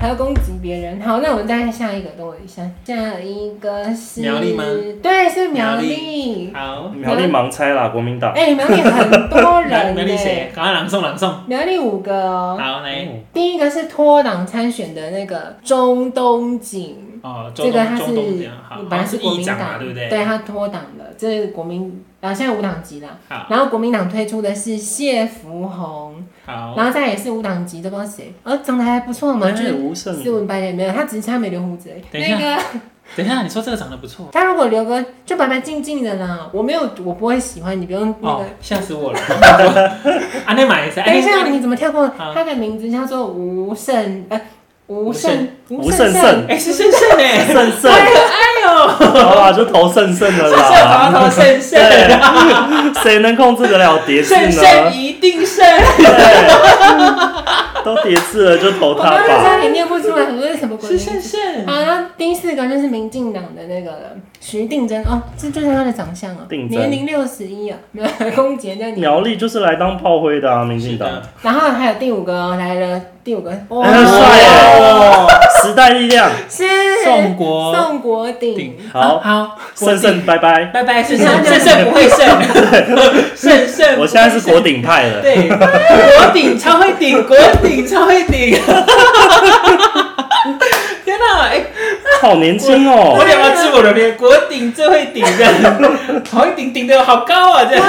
Speaker 1: 还要攻击别人。好，那我们再下一个，等我一下。下一个是
Speaker 2: 苗栗吗？
Speaker 1: 对，是苗栗。
Speaker 2: 好，
Speaker 3: 苗栗盲猜啦，国民党。
Speaker 1: 哎、苗栗很多
Speaker 2: 苗
Speaker 1: 人呢、
Speaker 2: 苗栗谁？赶快朗诵朗诵。
Speaker 1: 苗栗五个哦。
Speaker 2: 好，来，
Speaker 1: 第一个是脱党参选的那个中东锦。
Speaker 2: 哦，周
Speaker 1: 这个他
Speaker 2: 东
Speaker 1: 是
Speaker 2: 周东这样，好，
Speaker 1: 本来
Speaker 2: 好
Speaker 1: 国
Speaker 2: 议
Speaker 1: 民
Speaker 2: 长嘛，
Speaker 1: 党，
Speaker 2: 对不对？
Speaker 1: 对他脱党了，这是国民，然后现在无党籍了。
Speaker 2: 好，
Speaker 1: 然后国民党推出的是谢福宏，
Speaker 2: 好，
Speaker 1: 然后再也是无党籍，都不知道谁，呃、长得还不错嘛，就是
Speaker 3: 哎吴胜
Speaker 1: 斯文白脸没有，他只是他没留胡子而
Speaker 2: 等
Speaker 1: 已。
Speaker 2: 一下
Speaker 1: 那个
Speaker 2: 等一下，你说这个长得不错
Speaker 1: 他如果留个就白白净净的啦，我没有，我不会喜欢你，不用那个。
Speaker 2: 哦，吓死我了！ 安内买哎谁？
Speaker 1: 等一下，你怎么跳过？
Speaker 2: 好
Speaker 1: 他的名字叫做吴胜，呃，吴胜，
Speaker 3: 吴胜
Speaker 1: 胜
Speaker 3: 胜，
Speaker 2: 哎，是胜胜 哎，
Speaker 3: 胜胜，
Speaker 2: 哎
Speaker 1: 哦
Speaker 2: 呦，
Speaker 3: 好啦，就投胜胜了
Speaker 2: 胜
Speaker 1: 啊
Speaker 2: 胜
Speaker 3: 啦。
Speaker 2: 好好胜
Speaker 3: 啊
Speaker 2: 胜，
Speaker 3: 对， 谁能控制得了叠字
Speaker 2: 胜胜
Speaker 3: 呢？
Speaker 2: 一定胜。
Speaker 3: 对， 都叠字了就投
Speaker 1: 我
Speaker 3: 他
Speaker 1: 刚刚
Speaker 3: 吧。
Speaker 1: 差点念不出来，我是什么鬼
Speaker 2: 是
Speaker 1: 名字
Speaker 2: 胜？胜，
Speaker 1: 好，然后啊第四个就是民进党的那个了徐定珍哦，这就是他的长相哦，
Speaker 3: 定
Speaker 1: 年
Speaker 3: 珍
Speaker 1: 龄六十一啊，没有攻击人家年。
Speaker 3: 苗栗就是来当炮灰的啊，民进党。
Speaker 1: 然后还有第五个哦，来了，第五个，哇、
Speaker 3: 哎很帅
Speaker 2: 哦，
Speaker 3: 时代力量，
Speaker 1: 是
Speaker 2: 宋国
Speaker 1: 宋国鼎
Speaker 2: 鼎。
Speaker 3: 好，
Speaker 2: 好，
Speaker 3: 胜胜拜拜。
Speaker 2: 拜拜，胜胜胜胜不会胜，胜胜不会胜。
Speaker 3: 我现在是国顶派了，
Speaker 2: 对，国顶超会顶，国顶超会顶。 天哪、哎、
Speaker 3: 好年轻
Speaker 2: 我
Speaker 3: 哦！
Speaker 2: 想要吃我的脸，国顶最会顶这样，好会顶顶的 好高啊这样。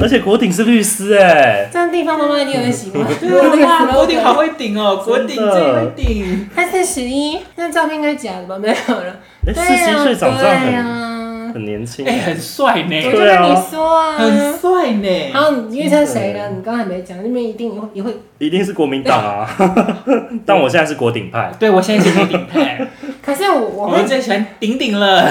Speaker 3: 而且国顶是律师哎，
Speaker 1: 这样地方妈妈一定很喜欢。
Speaker 2: 对啊，国顶好会顶哦，国顶最会顶。
Speaker 1: 他四十一，那照片应该假的吧？没有了。
Speaker 3: 哎，
Speaker 1: 对
Speaker 3: 四十一
Speaker 1: 呀，
Speaker 3: 岁长这
Speaker 1: 对啊
Speaker 3: 样
Speaker 1: 呀
Speaker 3: 很，啊很年轻
Speaker 2: 哎、，很帅
Speaker 1: 我
Speaker 2: 呢
Speaker 1: 就，
Speaker 3: 对
Speaker 1: 跟
Speaker 3: 啊
Speaker 1: 你说
Speaker 2: 很
Speaker 1: 啊。
Speaker 2: 帅呢。
Speaker 1: 然后你预测谁呢？你刚才没讲，那边一定也会也会。
Speaker 3: 一定是国民党啊。但我现在是国顶派，
Speaker 2: 对，我现在是国顶 派，
Speaker 1: 可是我
Speaker 2: 我
Speaker 1: 我
Speaker 2: 们
Speaker 1: 会，
Speaker 2: 最喜欢顶顶 了。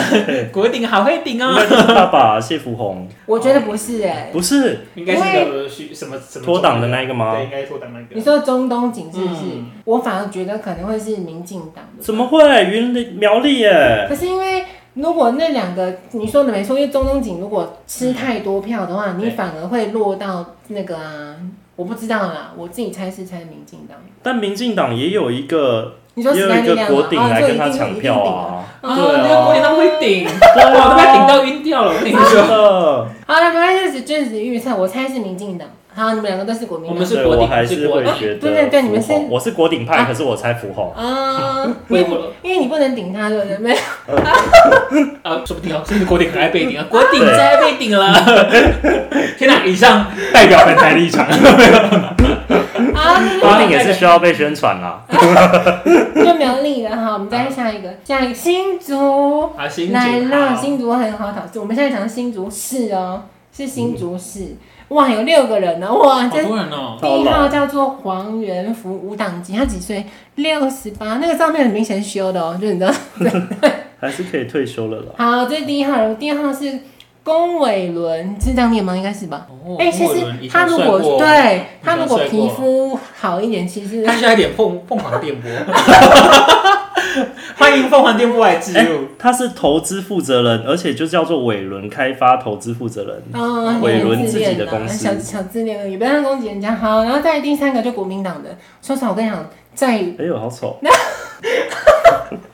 Speaker 2: 国顶好会顶
Speaker 3: 应该
Speaker 2: 哦，
Speaker 3: 就是他吧？谢福宏
Speaker 1: 我觉得不是哎。
Speaker 3: 不是
Speaker 2: 应该是个虚什么什么
Speaker 3: 脱党的那一个吗
Speaker 2: 对，应该是脱党那个。
Speaker 1: 你说中东景是不是
Speaker 2: 嗯？
Speaker 1: 我反而觉得可能会是民进党的。
Speaker 3: 怎么会？云林苗栗耶，
Speaker 1: 可是因为如果那两个你说的没错，因为中东锦如果吃太多票的话，
Speaker 2: 嗯
Speaker 1: 你
Speaker 2: 对
Speaker 1: 反而会落到那个啊，我不知道啦，我自己猜是猜民进党。
Speaker 3: 但民进党也有一个，
Speaker 1: 你说
Speaker 3: 也
Speaker 1: 时
Speaker 3: 有
Speaker 1: 代
Speaker 3: 一
Speaker 1: 力
Speaker 3: 个
Speaker 1: 量
Speaker 3: 国
Speaker 1: 嘛，
Speaker 3: 顶
Speaker 1: 啊，
Speaker 3: 来
Speaker 1: 就一定
Speaker 3: 跟他
Speaker 1: 一定
Speaker 3: 抢
Speaker 1: 顶
Speaker 3: 票
Speaker 1: 啊。
Speaker 3: 啊。
Speaker 2: 啊，
Speaker 3: 对
Speaker 2: 那个
Speaker 3: 啊
Speaker 2: 国，顶他会顶，
Speaker 3: 对
Speaker 2: 我都
Speaker 3: 啊，
Speaker 2: 快顶到晕掉了，我跟你
Speaker 1: 啊
Speaker 3: 真
Speaker 2: 说。
Speaker 3: 的。
Speaker 1: 好了，没关系，就是只预测，我猜是民进党。好，你们两个都是国民党。
Speaker 2: 我们是
Speaker 3: 对
Speaker 2: 国
Speaker 3: 我
Speaker 2: 顶
Speaker 3: 还是会
Speaker 1: 啊
Speaker 3: 觉得
Speaker 1: 对对对你们
Speaker 3: 福宏
Speaker 1: 是
Speaker 3: 我是国顶派，
Speaker 1: 啊
Speaker 3: 可是我猜福 宏。
Speaker 1: 啊，因为
Speaker 2: 我也
Speaker 1: 因为你不能顶他，对不对？没 有，
Speaker 2: 啊，说不定哦，甚至国顶很爱被顶啊，国顶最 爱被顶了。天哪，以上代表本台立场。
Speaker 1: 啊，
Speaker 3: 多定也是需要被宣传啦。
Speaker 1: 就苗栗了哈。我们再下一个，下一个新竹
Speaker 2: 好，啊新竹
Speaker 1: 来了，
Speaker 2: 好
Speaker 1: 新竹很好讨论。我们现在讲新竹市哦，是新竹市。哇，有六个人呢、哇，
Speaker 2: 嗯好
Speaker 1: 这
Speaker 2: 多人哦，
Speaker 1: 第一号叫做黄元福，无党籍，他几岁？六十八。那个照片很明显修的哦，就是你知道。
Speaker 3: 还是可以退休了啦。
Speaker 1: 好，这是第一号人物，第二号是龚伟伦，是这样念吗？应该是吧。
Speaker 2: 哦
Speaker 1: 哎、其
Speaker 2: 郭伟
Speaker 1: 实
Speaker 2: 伦以前
Speaker 1: 他如
Speaker 2: 帅
Speaker 1: 果
Speaker 2: 过
Speaker 1: 对他
Speaker 2: 以前
Speaker 1: 如果
Speaker 2: 帅
Speaker 1: 皮
Speaker 2: 过
Speaker 1: 肤好一点，其实
Speaker 2: 他需要一点凤凤凰电波， 欢迎凤凰电波来植
Speaker 3: 哎
Speaker 2: 入。
Speaker 3: 他是投资负责人，而且就叫做伟伦开发投资负责人。
Speaker 1: 嗯，
Speaker 3: 伟伦
Speaker 1: 很自
Speaker 3: 自己
Speaker 1: 恋
Speaker 3: 的
Speaker 1: 啦
Speaker 3: 公司
Speaker 1: 小小自恋而已，不要攻击人家。好，然后再来第三个就国民党的，说实话，我跟你讲，在
Speaker 3: 哎呦，好丑！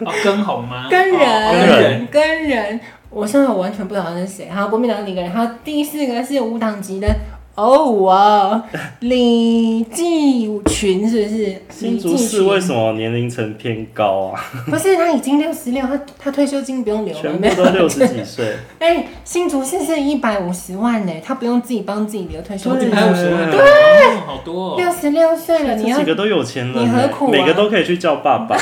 Speaker 2: 哦，跟红吗？
Speaker 1: 跟人、
Speaker 2: 哦跟人，
Speaker 1: 跟人，我现在我完全不知道他是谁。好，国民党里个人，然后第四个是无党籍的。哦，哇，李继群是不是？
Speaker 3: 新竹市为
Speaker 1: 为
Speaker 3: 什么年龄层偏高啊？
Speaker 1: 不是他已经六十六，他他退休金不用留了，
Speaker 3: 全
Speaker 1: 没有
Speaker 3: 部都六十几岁，
Speaker 1: 哎、新竹市是一百五十万呢、他不用自己帮自己留退休
Speaker 2: 手机
Speaker 1: 金，
Speaker 2: 拍五十万，
Speaker 3: 对啊
Speaker 2: 哦，好多
Speaker 1: 六
Speaker 2: 哦。
Speaker 1: 十六岁了，
Speaker 3: 这
Speaker 1: 你要
Speaker 3: 几个都有钱人、
Speaker 1: 你何苦啊
Speaker 3: 每个都可以去叫爸 爸。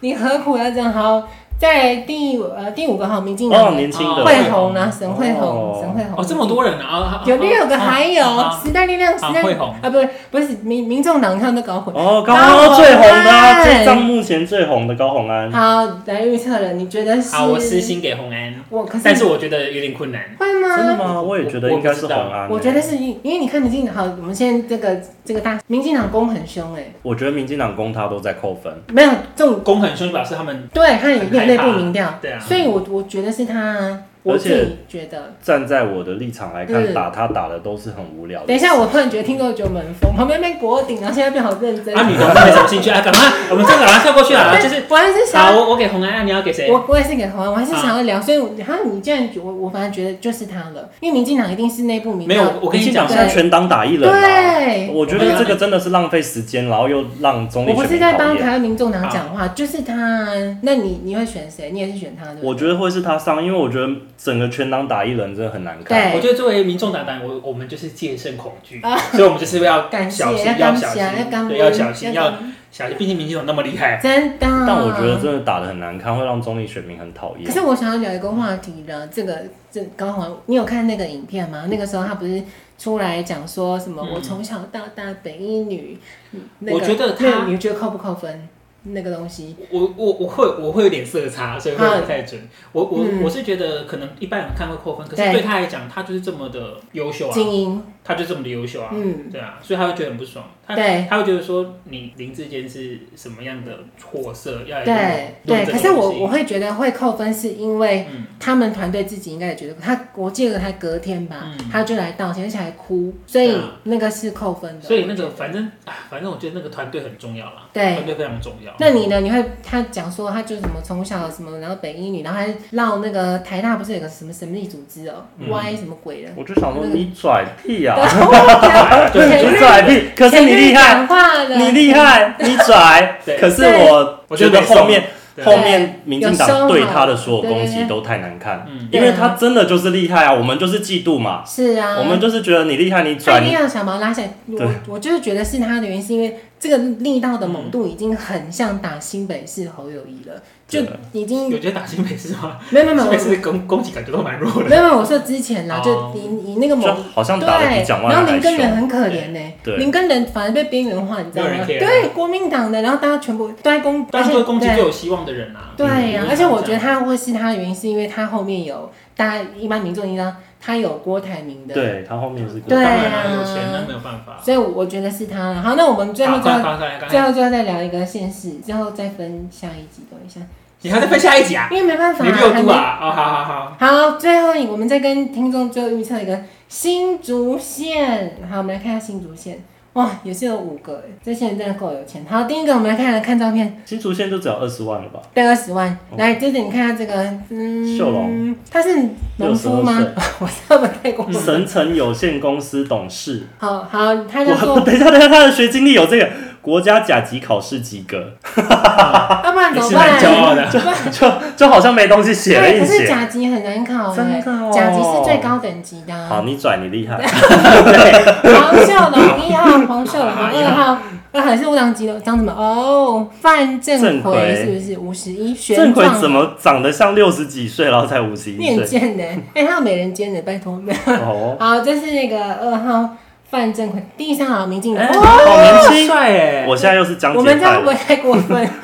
Speaker 1: 你何苦要这样？好，在第五呃第五个好，民进
Speaker 3: 哦，
Speaker 1: 党
Speaker 3: 年
Speaker 1: 的
Speaker 3: 轻的
Speaker 2: 哦
Speaker 1: 惠红啊，沈惠
Speaker 3: 哦
Speaker 1: 红，沈惠红，
Speaker 2: 哦，这么多人啊啊！啊
Speaker 1: 有六个，
Speaker 2: 啊
Speaker 1: 还有
Speaker 2: 啊啊
Speaker 1: 时代力量，时
Speaker 2: 啊
Speaker 1: 代
Speaker 2: 惠红
Speaker 1: 啊，不是不是民民众党，他们都搞混。
Speaker 3: 哦，高高最红的、
Speaker 1: 高虹
Speaker 3: 啊，
Speaker 1: 安
Speaker 3: 这张目前最红的高红安，
Speaker 1: 好，来预测了，你觉得是？
Speaker 2: 好，我私心给红安，
Speaker 1: 我可是
Speaker 2: 但是我觉得有点困难。
Speaker 1: 会
Speaker 3: 真的
Speaker 1: 吗？
Speaker 3: 吗？我也觉得应该是红安、
Speaker 1: 我觉得，是因因为你看民进党，好，我们现在这个这个大民进党攻很凶哎，
Speaker 3: 我觉得民进党攻他都在扣分。
Speaker 1: 没有这种
Speaker 2: 攻很凶，表示他们
Speaker 1: 对，他有
Speaker 2: 很
Speaker 1: 内
Speaker 2: 害
Speaker 1: 内
Speaker 2: 怕
Speaker 1: 部民调，
Speaker 2: 对啊
Speaker 1: 所以我我觉得是他啊，我
Speaker 3: 而
Speaker 1: 自
Speaker 3: 且
Speaker 1: 己觉得。
Speaker 3: 站在我的立场来看，
Speaker 1: 嗯
Speaker 3: 打他打的都是很无聊的。
Speaker 1: 等一下，我突然觉得听众觉得我们很疯，旁边被国顶，然后现在变好认真。
Speaker 2: 啊，女同志没什么兴趣啊，赶快，我们这个赶快跳过去啊，就是
Speaker 1: 我还是想
Speaker 2: 好，
Speaker 1: 要，
Speaker 2: 我我给红安，啊你要给谁？
Speaker 1: 我我也是给台湾，我还是想要聊，所以我然后你既然觉我我反而觉得就是他了，因为民进党一定是内部民
Speaker 2: 没
Speaker 1: 调
Speaker 2: 有，我跟你
Speaker 3: 民进
Speaker 2: 讲
Speaker 3: 党，现在全党打一人
Speaker 2: 啊
Speaker 3: 啦、
Speaker 1: 对。
Speaker 3: 我觉得这个真的是浪费时间，然后又让中立
Speaker 1: 我不
Speaker 3: 选
Speaker 1: 是
Speaker 3: 民
Speaker 1: 在
Speaker 3: 讨
Speaker 1: 帮台
Speaker 3: 厌。
Speaker 1: 湾民众党讲
Speaker 2: 啊
Speaker 1: 话，就是他。那你你会选谁？你也是选他的。
Speaker 3: 我觉得会是他上，因为我觉得整个全党打一人真的很难看。
Speaker 1: 对
Speaker 2: 我觉得作为民众党党，我我们就是戒慎恐惧，所以我们就是要
Speaker 1: 啊感谢
Speaker 2: 小心，
Speaker 1: 要感
Speaker 2: 小
Speaker 1: 谢要感
Speaker 2: 心，
Speaker 1: 恩
Speaker 2: 对，要小心，
Speaker 1: 要
Speaker 2: 要
Speaker 1: 感
Speaker 2: 小心，毕竟民进党那么厉害。
Speaker 1: 真的。
Speaker 3: 但我觉得真的打的很难看，会让中立选民很讨厌
Speaker 1: 可。是我想要聊一个话题了，这个这高宏，你有看那个影片吗？那个时候他不是出来讲说什么？
Speaker 2: 嗯
Speaker 1: 我从小到大北一女，那个
Speaker 2: 我觉得他
Speaker 1: 那你觉得扣不扣分？那个东西，
Speaker 2: 我我我会我会有点色差，所以会不太准。我我
Speaker 1: 嗯
Speaker 2: 我是觉得可能一般人看会扣分，可是
Speaker 1: 对
Speaker 2: 对他来讲，他就是这么的优秀啊，
Speaker 1: 精英，
Speaker 2: 他就这么的优秀啊，
Speaker 1: 嗯，
Speaker 2: 对啊，所以他会觉得很不爽。他
Speaker 1: 对
Speaker 2: 他会觉得说你林志坚是什么样的货色，要来
Speaker 1: 对
Speaker 2: 跟
Speaker 1: 对。
Speaker 2: 啊我论
Speaker 1: 可
Speaker 2: 这个
Speaker 1: 是我
Speaker 2: 东西
Speaker 1: 我会觉得会扣分，是因为
Speaker 2: 嗯
Speaker 1: 他们团队自己应该也觉得他，我记得他隔天吧，
Speaker 2: 嗯
Speaker 1: 他就来道歉，而且还哭，所以
Speaker 2: 对啊
Speaker 1: 那个是扣分的。
Speaker 2: 所以那个反正啊，反正我觉得那个团队很重要啦，
Speaker 1: 对
Speaker 2: 团队非常重要。啊
Speaker 1: 那你呢？你会他讲说他就什么从小什么，然后北一女，然后还绕那个台大不是有个什么神秘组织哦、
Speaker 2: 嗯
Speaker 1: 歪什么鬼的？
Speaker 3: 我就想说，你
Speaker 1: 嗯
Speaker 3: 拽屁呀、
Speaker 1: 然后我讲
Speaker 2: 对
Speaker 1: 前
Speaker 3: 你
Speaker 1: 面
Speaker 3: 拽
Speaker 2: 哎
Speaker 3: 屁！可是你厉害，
Speaker 1: 讲话的，
Speaker 3: 你厉害，你 拽
Speaker 2: 对。
Speaker 3: 可是我
Speaker 2: 我觉
Speaker 3: 觉
Speaker 2: 得
Speaker 3: 得
Speaker 2: 没
Speaker 3: 后面
Speaker 2: 对
Speaker 3: 后面民进
Speaker 1: 有收好
Speaker 3: 党对他的所有攻
Speaker 1: 对对
Speaker 3: 击
Speaker 1: 对
Speaker 3: 都太难看，
Speaker 2: 嗯
Speaker 3: 因为他真的就是厉害啊，我们就是嫉妒嘛，
Speaker 1: 是啊，
Speaker 3: 我们就是觉得你厉害，你
Speaker 1: 他
Speaker 3: 拽
Speaker 1: 一定
Speaker 3: 你。
Speaker 1: 要想把我拉下来。我
Speaker 3: 对
Speaker 1: 我就是觉得是他的原因，是因为这个力道的猛度已经很像打新北市侯友谊了，就
Speaker 3: 对
Speaker 1: 已经
Speaker 2: 有觉得打新北市吗？
Speaker 1: 没有没有没
Speaker 2: 新
Speaker 1: 有
Speaker 2: 北市攻攻击感觉都蛮弱的。
Speaker 1: 没有没有，我说之前啦，就
Speaker 2: 哦
Speaker 1: 你你那个
Speaker 3: 就
Speaker 1: 猛
Speaker 3: 好像打的
Speaker 1: 对，
Speaker 3: 比蒋万
Speaker 1: 然
Speaker 3: 安
Speaker 1: 后
Speaker 3: 还
Speaker 1: 林根人
Speaker 3: 凶，
Speaker 1: 很可怜呢、
Speaker 3: 对
Speaker 1: 林根人反而被边缘化，你知道
Speaker 2: 没有
Speaker 1: 吗？
Speaker 2: 人 care
Speaker 1: 对，国民党的，然后大家全部都在攻，
Speaker 2: 当做攻击最
Speaker 1: 对
Speaker 2: 有希望的人啊。
Speaker 1: 对呀、
Speaker 2: 嗯
Speaker 1: 而且我觉得他会是他的原因，是因为他后面有大家一般民众应该他有郭台铭的，，
Speaker 3: 对他后面是
Speaker 1: 对
Speaker 2: 当
Speaker 1: 啊
Speaker 2: 然啊，有钱那没有办法。
Speaker 1: 所以我觉得是他了。好，那我们最后
Speaker 2: 好，
Speaker 1: 最
Speaker 2: 快
Speaker 1: 后
Speaker 2: 快快快
Speaker 1: 最
Speaker 2: 快！
Speaker 1: 后最后再聊一个县市，最后再分下一集，等一下，
Speaker 2: 你还在分下一集啊？
Speaker 1: 因为没办法、
Speaker 2: 你六
Speaker 1: 还
Speaker 2: 度
Speaker 1: 没
Speaker 2: 啊？哦，好好好。
Speaker 1: 好，最后我们再跟听众最后预测一个新竹县。好，我们来看一下新竹县，哇，也是有五个耶，这些人真的够有钱。好，第一个我们来看看照片，
Speaker 3: 新竹县就只有二十万了吧？
Speaker 1: 对，二十万。来，这是你看下这个，嗯，
Speaker 3: 哦秀龙，
Speaker 1: 他是农夫吗
Speaker 3: 62？
Speaker 1: 我这么太
Speaker 2: 嗯
Speaker 1: 过
Speaker 3: 嗯
Speaker 1: 分。
Speaker 3: 神城有限公司董事，
Speaker 1: 好好，他叫
Speaker 3: 我
Speaker 1: 做
Speaker 3: 等一下，等一下，他的学经历有这个，国家甲级考试及格，
Speaker 1: 要不然
Speaker 2: 也
Speaker 1: 怎么
Speaker 2: 是蛮骄
Speaker 1: 办？
Speaker 2: 傲的。
Speaker 3: 就就好像没东西写了
Speaker 1: 对，
Speaker 3: 一
Speaker 1: 可是
Speaker 3: 写。
Speaker 1: 甲级很难考
Speaker 3: 真
Speaker 1: 哎、
Speaker 3: 的哦
Speaker 1: 甲级是最高等级的、
Speaker 3: 好，
Speaker 1: 啊。
Speaker 3: 你拽，你厉害。
Speaker 1: 黄秀龙一号，黄 秀龙二号，那还是五档级的，张什么？哦，范正
Speaker 3: 郑
Speaker 1: 奎
Speaker 3: 奎
Speaker 1: 是不是五十一？
Speaker 3: 郑
Speaker 1: 玄
Speaker 3: 奎
Speaker 1: 奘
Speaker 3: 怎么长得像六十几岁，然后才五十一
Speaker 1: 面
Speaker 3: 岁？
Speaker 1: 见呢？ 哎，他有美人尖的，拜托。
Speaker 3: 哦，
Speaker 1: 好，这是那个二号范正奎，第三号民进党。
Speaker 3: 哎
Speaker 1: 哦
Speaker 3: 好年轻。
Speaker 2: 帅哎！
Speaker 3: 我现在又是江
Speaker 1: 我
Speaker 3: 杰
Speaker 1: 们这
Speaker 3: 派
Speaker 1: 样不会
Speaker 3: 的，
Speaker 1: 太过分。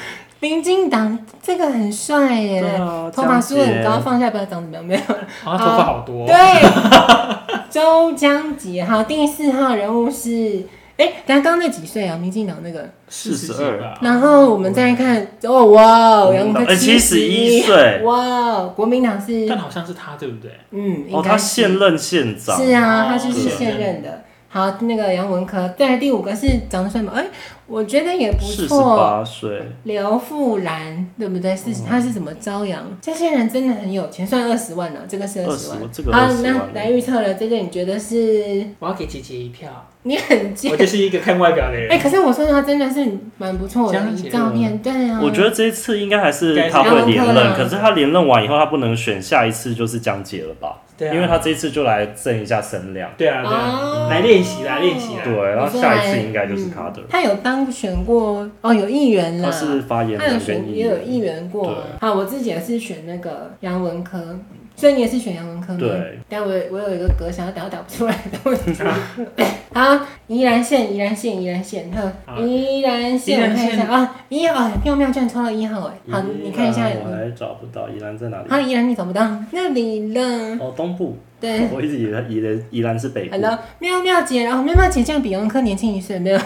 Speaker 1: 民进党这个很帅耶
Speaker 3: 对啊，
Speaker 1: 头发梳得很
Speaker 3: 江
Speaker 1: 高，
Speaker 3: 杰
Speaker 1: 放下不要长怎么样，没有。
Speaker 2: 好像啊头发好多。
Speaker 1: 对， 周江杰，好，第四号人物是，哎、咱刚刚那几岁啊？民进党那个，
Speaker 3: 42
Speaker 2: 吧
Speaker 1: 然后我们再看，哦哇，杨
Speaker 3: 哎
Speaker 1: 坤
Speaker 3: 71岁
Speaker 1: 哇，国民党是，
Speaker 2: 但好像是他，对不对？
Speaker 1: 嗯，应
Speaker 3: 哦，
Speaker 1: 该
Speaker 3: 他
Speaker 1: 是
Speaker 3: 现任县长，
Speaker 1: 是啊，他就是
Speaker 3: 对
Speaker 1: 现任的。好，那个杨文科，再来第五个是长得帅吗？哎、我觉得也不
Speaker 3: 四十
Speaker 1: 错。
Speaker 3: 八嗯岁，
Speaker 1: 刘富兰对不对？是他是怎么朝阳？这些人真的很有钱，算二十万了、这个是二十万
Speaker 3: 20。这个
Speaker 1: 好，
Speaker 3: 20
Speaker 1: 那
Speaker 3: 万
Speaker 1: 来预测了，这个你觉得是
Speaker 2: 我要给姐姐一票，
Speaker 1: 你很贱
Speaker 2: 我？就是一个看外表的
Speaker 1: 哎、
Speaker 2: 人。
Speaker 1: 可是我说实话，真的是蛮不错的，
Speaker 2: 江
Speaker 1: 一
Speaker 2: 姐
Speaker 1: 照面对啊。
Speaker 3: 我觉得这一次应该还是他会连
Speaker 1: 应该是
Speaker 3: 任，
Speaker 1: 他会
Speaker 3: 可是他连任完以后，他不能选下一次就是江姐了吧？
Speaker 2: 对啊
Speaker 3: 因为他这一次就来挣一下声量，
Speaker 2: 对啊，对
Speaker 1: 哦
Speaker 2: 啊，来练习啦，练习啦。
Speaker 3: 对，然后下一次应该就是
Speaker 1: 嗯
Speaker 3: 他的，
Speaker 1: 他有当选过哦，有议员啦，
Speaker 3: 他是发言
Speaker 1: 他有
Speaker 3: 人
Speaker 1: 选
Speaker 3: 跟
Speaker 1: 也有议
Speaker 3: 员，
Speaker 1: 员过
Speaker 3: 对。
Speaker 1: 好，我自己也是选那个杨文科，所以你也是选杨文科吗？
Speaker 3: 对。
Speaker 1: 但我我有一个歌想要打，我打不出来的问题。 好，宜兰县，宜兰县，宜兰县，呵，
Speaker 3: 啊
Speaker 2: 好
Speaker 1: 宜兰县，
Speaker 2: 宜
Speaker 1: 我
Speaker 2: 兰
Speaker 1: 看一
Speaker 2: 县
Speaker 1: 下啊，一号，哎妙妙居然抽到一号哎，好，你看一下
Speaker 3: 宜，兰我还找不到宜兰在哪里？
Speaker 1: 好，宜兰你找不到那里了，
Speaker 3: 哦，东部，
Speaker 1: 对。
Speaker 3: 我一直以为宜兰宜兰是北部
Speaker 1: 好，了，妙妙姐，然后妙妙姐这样比杨科年轻一岁，没有啦。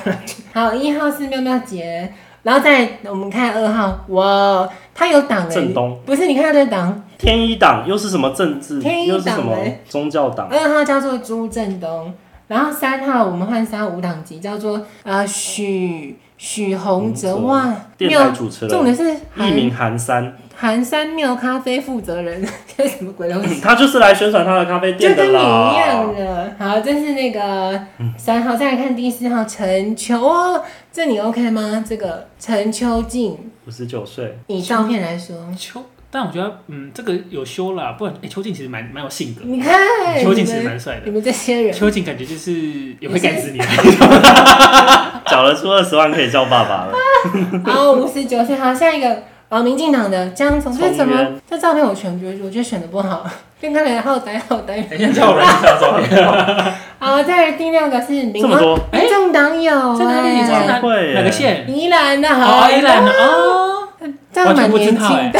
Speaker 1: 好，一号是妙妙姐，然后再我们看二号，哇，他有党哎、
Speaker 3: 正东
Speaker 1: 不是你看他的党，
Speaker 3: 天一党又是什么政治，
Speaker 1: 天一党
Speaker 3: 又是什么
Speaker 1: 欸
Speaker 3: 宗教党？
Speaker 1: 二号叫做朱正东，然后三号我们换三号无党籍，叫做呃许许洪哲，
Speaker 3: 洪哲
Speaker 1: 哇，
Speaker 3: 嗯电台
Speaker 1: 妙，
Speaker 3: 主持
Speaker 1: 重
Speaker 3: 人，
Speaker 1: 点是
Speaker 3: 艺
Speaker 1: 韩
Speaker 3: 名韩三，
Speaker 1: 韩山妙咖啡负责人， 这是什么鬼东西？
Speaker 3: 他就是来宣传他的咖啡
Speaker 1: 就
Speaker 3: 店的
Speaker 1: 跟你一
Speaker 3: 啦
Speaker 1: 样。的，好，这是那个三号，再来看第四号陈秋哦，这你 OK 吗？这个陈秋静，
Speaker 3: 五十九岁，
Speaker 1: 以照片来说，
Speaker 2: 邱，但我觉得，嗯，这个有修啦，不然，哎，邱静其实蛮蛮有性格，
Speaker 1: 你看
Speaker 2: 邱
Speaker 1: 你
Speaker 2: 静其实
Speaker 1: 们
Speaker 2: 蛮帅的
Speaker 1: 你。们这些人，
Speaker 2: 邱静感觉就是也会感知你，啊
Speaker 3: 缴了出二十万可以叫爸爸了。
Speaker 1: 然后五十九岁，好，下一个。哦，民进党的江总，这
Speaker 3: 从
Speaker 1: 怎么
Speaker 3: 渊
Speaker 1: 这照片我全觉得我觉得选的不好，跟看来好呆好呆。
Speaker 2: 等一下叫我人介绍照片，
Speaker 1: 好，再来第六个是民
Speaker 3: 这么多，
Speaker 1: 民众党有
Speaker 2: 在哪里？
Speaker 1: 哎
Speaker 2: 在哪
Speaker 3: 啊会
Speaker 2: 哪个县？
Speaker 1: 宜兰的
Speaker 2: 哦，
Speaker 1: 好，
Speaker 2: 宜兰的哦
Speaker 1: 这样蛮
Speaker 2: 完全不知
Speaker 1: 年
Speaker 2: 道
Speaker 1: 轻
Speaker 2: 哎
Speaker 1: 的。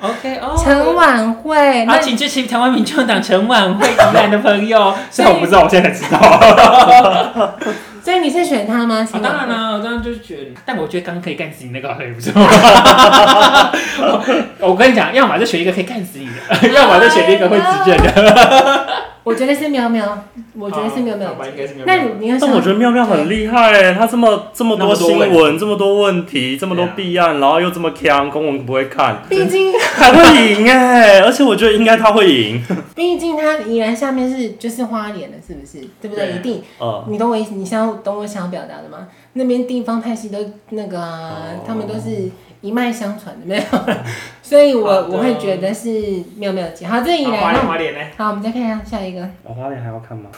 Speaker 2: ，OK 哦。
Speaker 1: 陈婉慧，那
Speaker 2: 好，啊请支持台湾民众党陈婉慧宜兰的朋友，虽然我不知道，我现在才知道。
Speaker 1: 所以你是选他吗？
Speaker 2: 啊，
Speaker 1: 是吗
Speaker 2: 当然啦，我当然就是觉得，但我觉得刚刚可以干死你那个好像也不错。 我我跟你讲，要么就选一个可以干死你的，要么就选一个会指正的。
Speaker 1: 我觉得是苗苗，我觉得是苗苗
Speaker 2: 好。吧，应该是没有。
Speaker 1: 那你你有
Speaker 3: 但我觉
Speaker 1: 想
Speaker 3: 得妙妙很厉害哎，她这么这么
Speaker 2: 那么
Speaker 3: 多
Speaker 2: 多
Speaker 3: 新
Speaker 2: 问
Speaker 3: 闻，这么多问题，这么多弊案，然后又这么强，公文不会 看，
Speaker 1: 毕竟
Speaker 3: 还会赢哎！而且我觉得应该她会赢。
Speaker 1: 毕竟它宜兰下面是就是花莲的，是不是？对不对？
Speaker 2: 对
Speaker 1: 一定，
Speaker 3: 呃，
Speaker 1: 你懂我意思，你想懂我想要表达的吗？那边地方派系都那个啊
Speaker 3: 哦，
Speaker 1: 他们都是一脉相承的，没有？ 所以
Speaker 2: 好
Speaker 1: 我
Speaker 2: 的
Speaker 1: 我会觉得是妙妙姐。好，这宜
Speaker 2: 好
Speaker 1: 兰。
Speaker 2: 花莲
Speaker 1: 那
Speaker 2: 花莲呢？
Speaker 1: 好，我们再看一下下一个，
Speaker 3: 哦花莲还要看吗？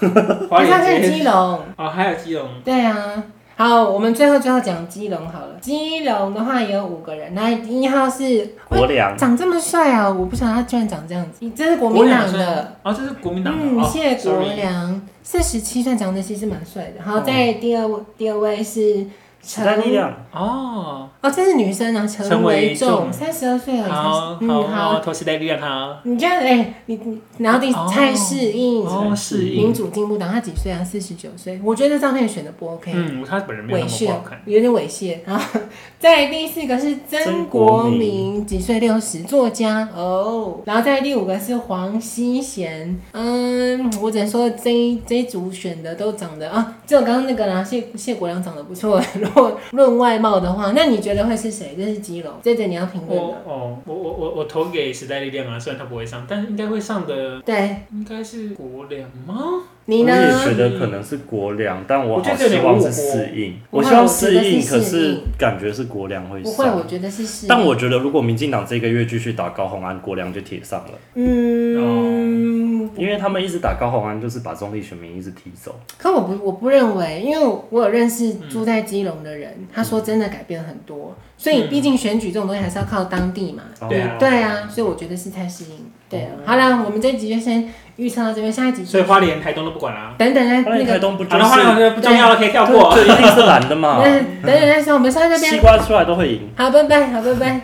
Speaker 2: 花
Speaker 1: 好像
Speaker 2: 莲
Speaker 1: 是
Speaker 2: 今天
Speaker 1: 基隆。
Speaker 2: 哦，还有基隆。
Speaker 1: 对啊，好，我们最后最后讲基隆好了。基隆的话也有五个人，那一号是
Speaker 3: 国良
Speaker 1: 长这么帅啊！我不晓得他居然长这样子。你这是国民党的，
Speaker 2: 哦，这是国民党的。
Speaker 1: 嗯，
Speaker 2: 哦
Speaker 1: 谢国
Speaker 2: sorry
Speaker 1: 良，四十七岁长得其实蛮帅的。好，
Speaker 2: 哦
Speaker 1: 在第二位，第二位是
Speaker 3: 时代力
Speaker 1: 陈，
Speaker 3: 量，
Speaker 2: 哦，
Speaker 1: 哦，这是女生啊，陈
Speaker 2: 陈
Speaker 1: 维
Speaker 2: 维
Speaker 1: 仲，
Speaker 2: 仲
Speaker 1: 三十二岁
Speaker 2: 哦好
Speaker 1: 了，嗯，
Speaker 2: 好好，
Speaker 1: 好，
Speaker 2: 投时代力量好。
Speaker 1: 你这样哎，你你，然后第
Speaker 2: 哦
Speaker 1: 蔡世英，
Speaker 2: 哦，是
Speaker 1: 民主进步党，他几岁啊？四十九岁，我觉得这照片选的不 OK。
Speaker 2: 嗯，他本人没有
Speaker 1: 猥
Speaker 2: 那么
Speaker 1: 亵
Speaker 2: 不好看，。
Speaker 1: 有点猥亵。然后在第四个是曾
Speaker 3: 曾
Speaker 1: 国
Speaker 3: 国
Speaker 1: 民，
Speaker 3: 民
Speaker 1: 几岁？六十，作家哦。然后在第五个是黄希贤，嗯，我只能说这一这一组选的都长得啊，只有刚刚那个啦，谢谢国良长得不错。 如果论外貌的话，那你觉得会是谁？这是基隆，这点你要评
Speaker 2: 我
Speaker 1: 论的。
Speaker 2: 哦，我我我我投给时代力量啊，虽然他不会上，但是应该会上的
Speaker 1: 对，
Speaker 2: 应该是国良吗？
Speaker 1: 你
Speaker 3: 我
Speaker 1: 呢？
Speaker 3: 也觉得可能是国良，但我
Speaker 2: 我觉
Speaker 3: 好
Speaker 2: 得这有
Speaker 3: 希
Speaker 2: 点
Speaker 3: 望
Speaker 2: 误
Speaker 3: 是
Speaker 2: 国
Speaker 3: 适应。
Speaker 1: 不会
Speaker 3: 我希望
Speaker 1: 我觉
Speaker 3: 适
Speaker 1: 得
Speaker 3: 应，
Speaker 1: 是
Speaker 3: 可
Speaker 1: 适
Speaker 3: 是
Speaker 1: 应
Speaker 3: 感觉是国良会
Speaker 1: 不会，我
Speaker 3: 上。
Speaker 1: 觉得是是。
Speaker 3: 但我觉得如果民进党这个月继续打高红安，国良就铁上了，
Speaker 2: 哦
Speaker 1: 嗯，
Speaker 3: 因为他们一直打高红安，就是把中立选民一直踢走。
Speaker 1: 可我不我不认为，因为我我有认识住在基隆的人，他说真的改变很多，所以毕竟选举这种东西还是要靠当地嘛。
Speaker 3: 哦
Speaker 2: 对啊
Speaker 1: 对啊，所以我觉得是蔡适应。对啊，好啦，我们这集就先预测到这边，下一集
Speaker 2: 所以花莲、台东都不管啦、
Speaker 1: 等等再
Speaker 3: 花
Speaker 1: 那
Speaker 3: 莲
Speaker 1: 个
Speaker 3: 台，东不就
Speaker 2: 好了，花莲我觉
Speaker 3: 是
Speaker 2: 得不重要了，可以跳过。
Speaker 3: 这一定是蓝的嘛
Speaker 1: 那？等等再说，我们下这
Speaker 3: 西
Speaker 1: 边。
Speaker 3: 瓜出来都会赢。
Speaker 1: 好，拜拜，好，拜拜。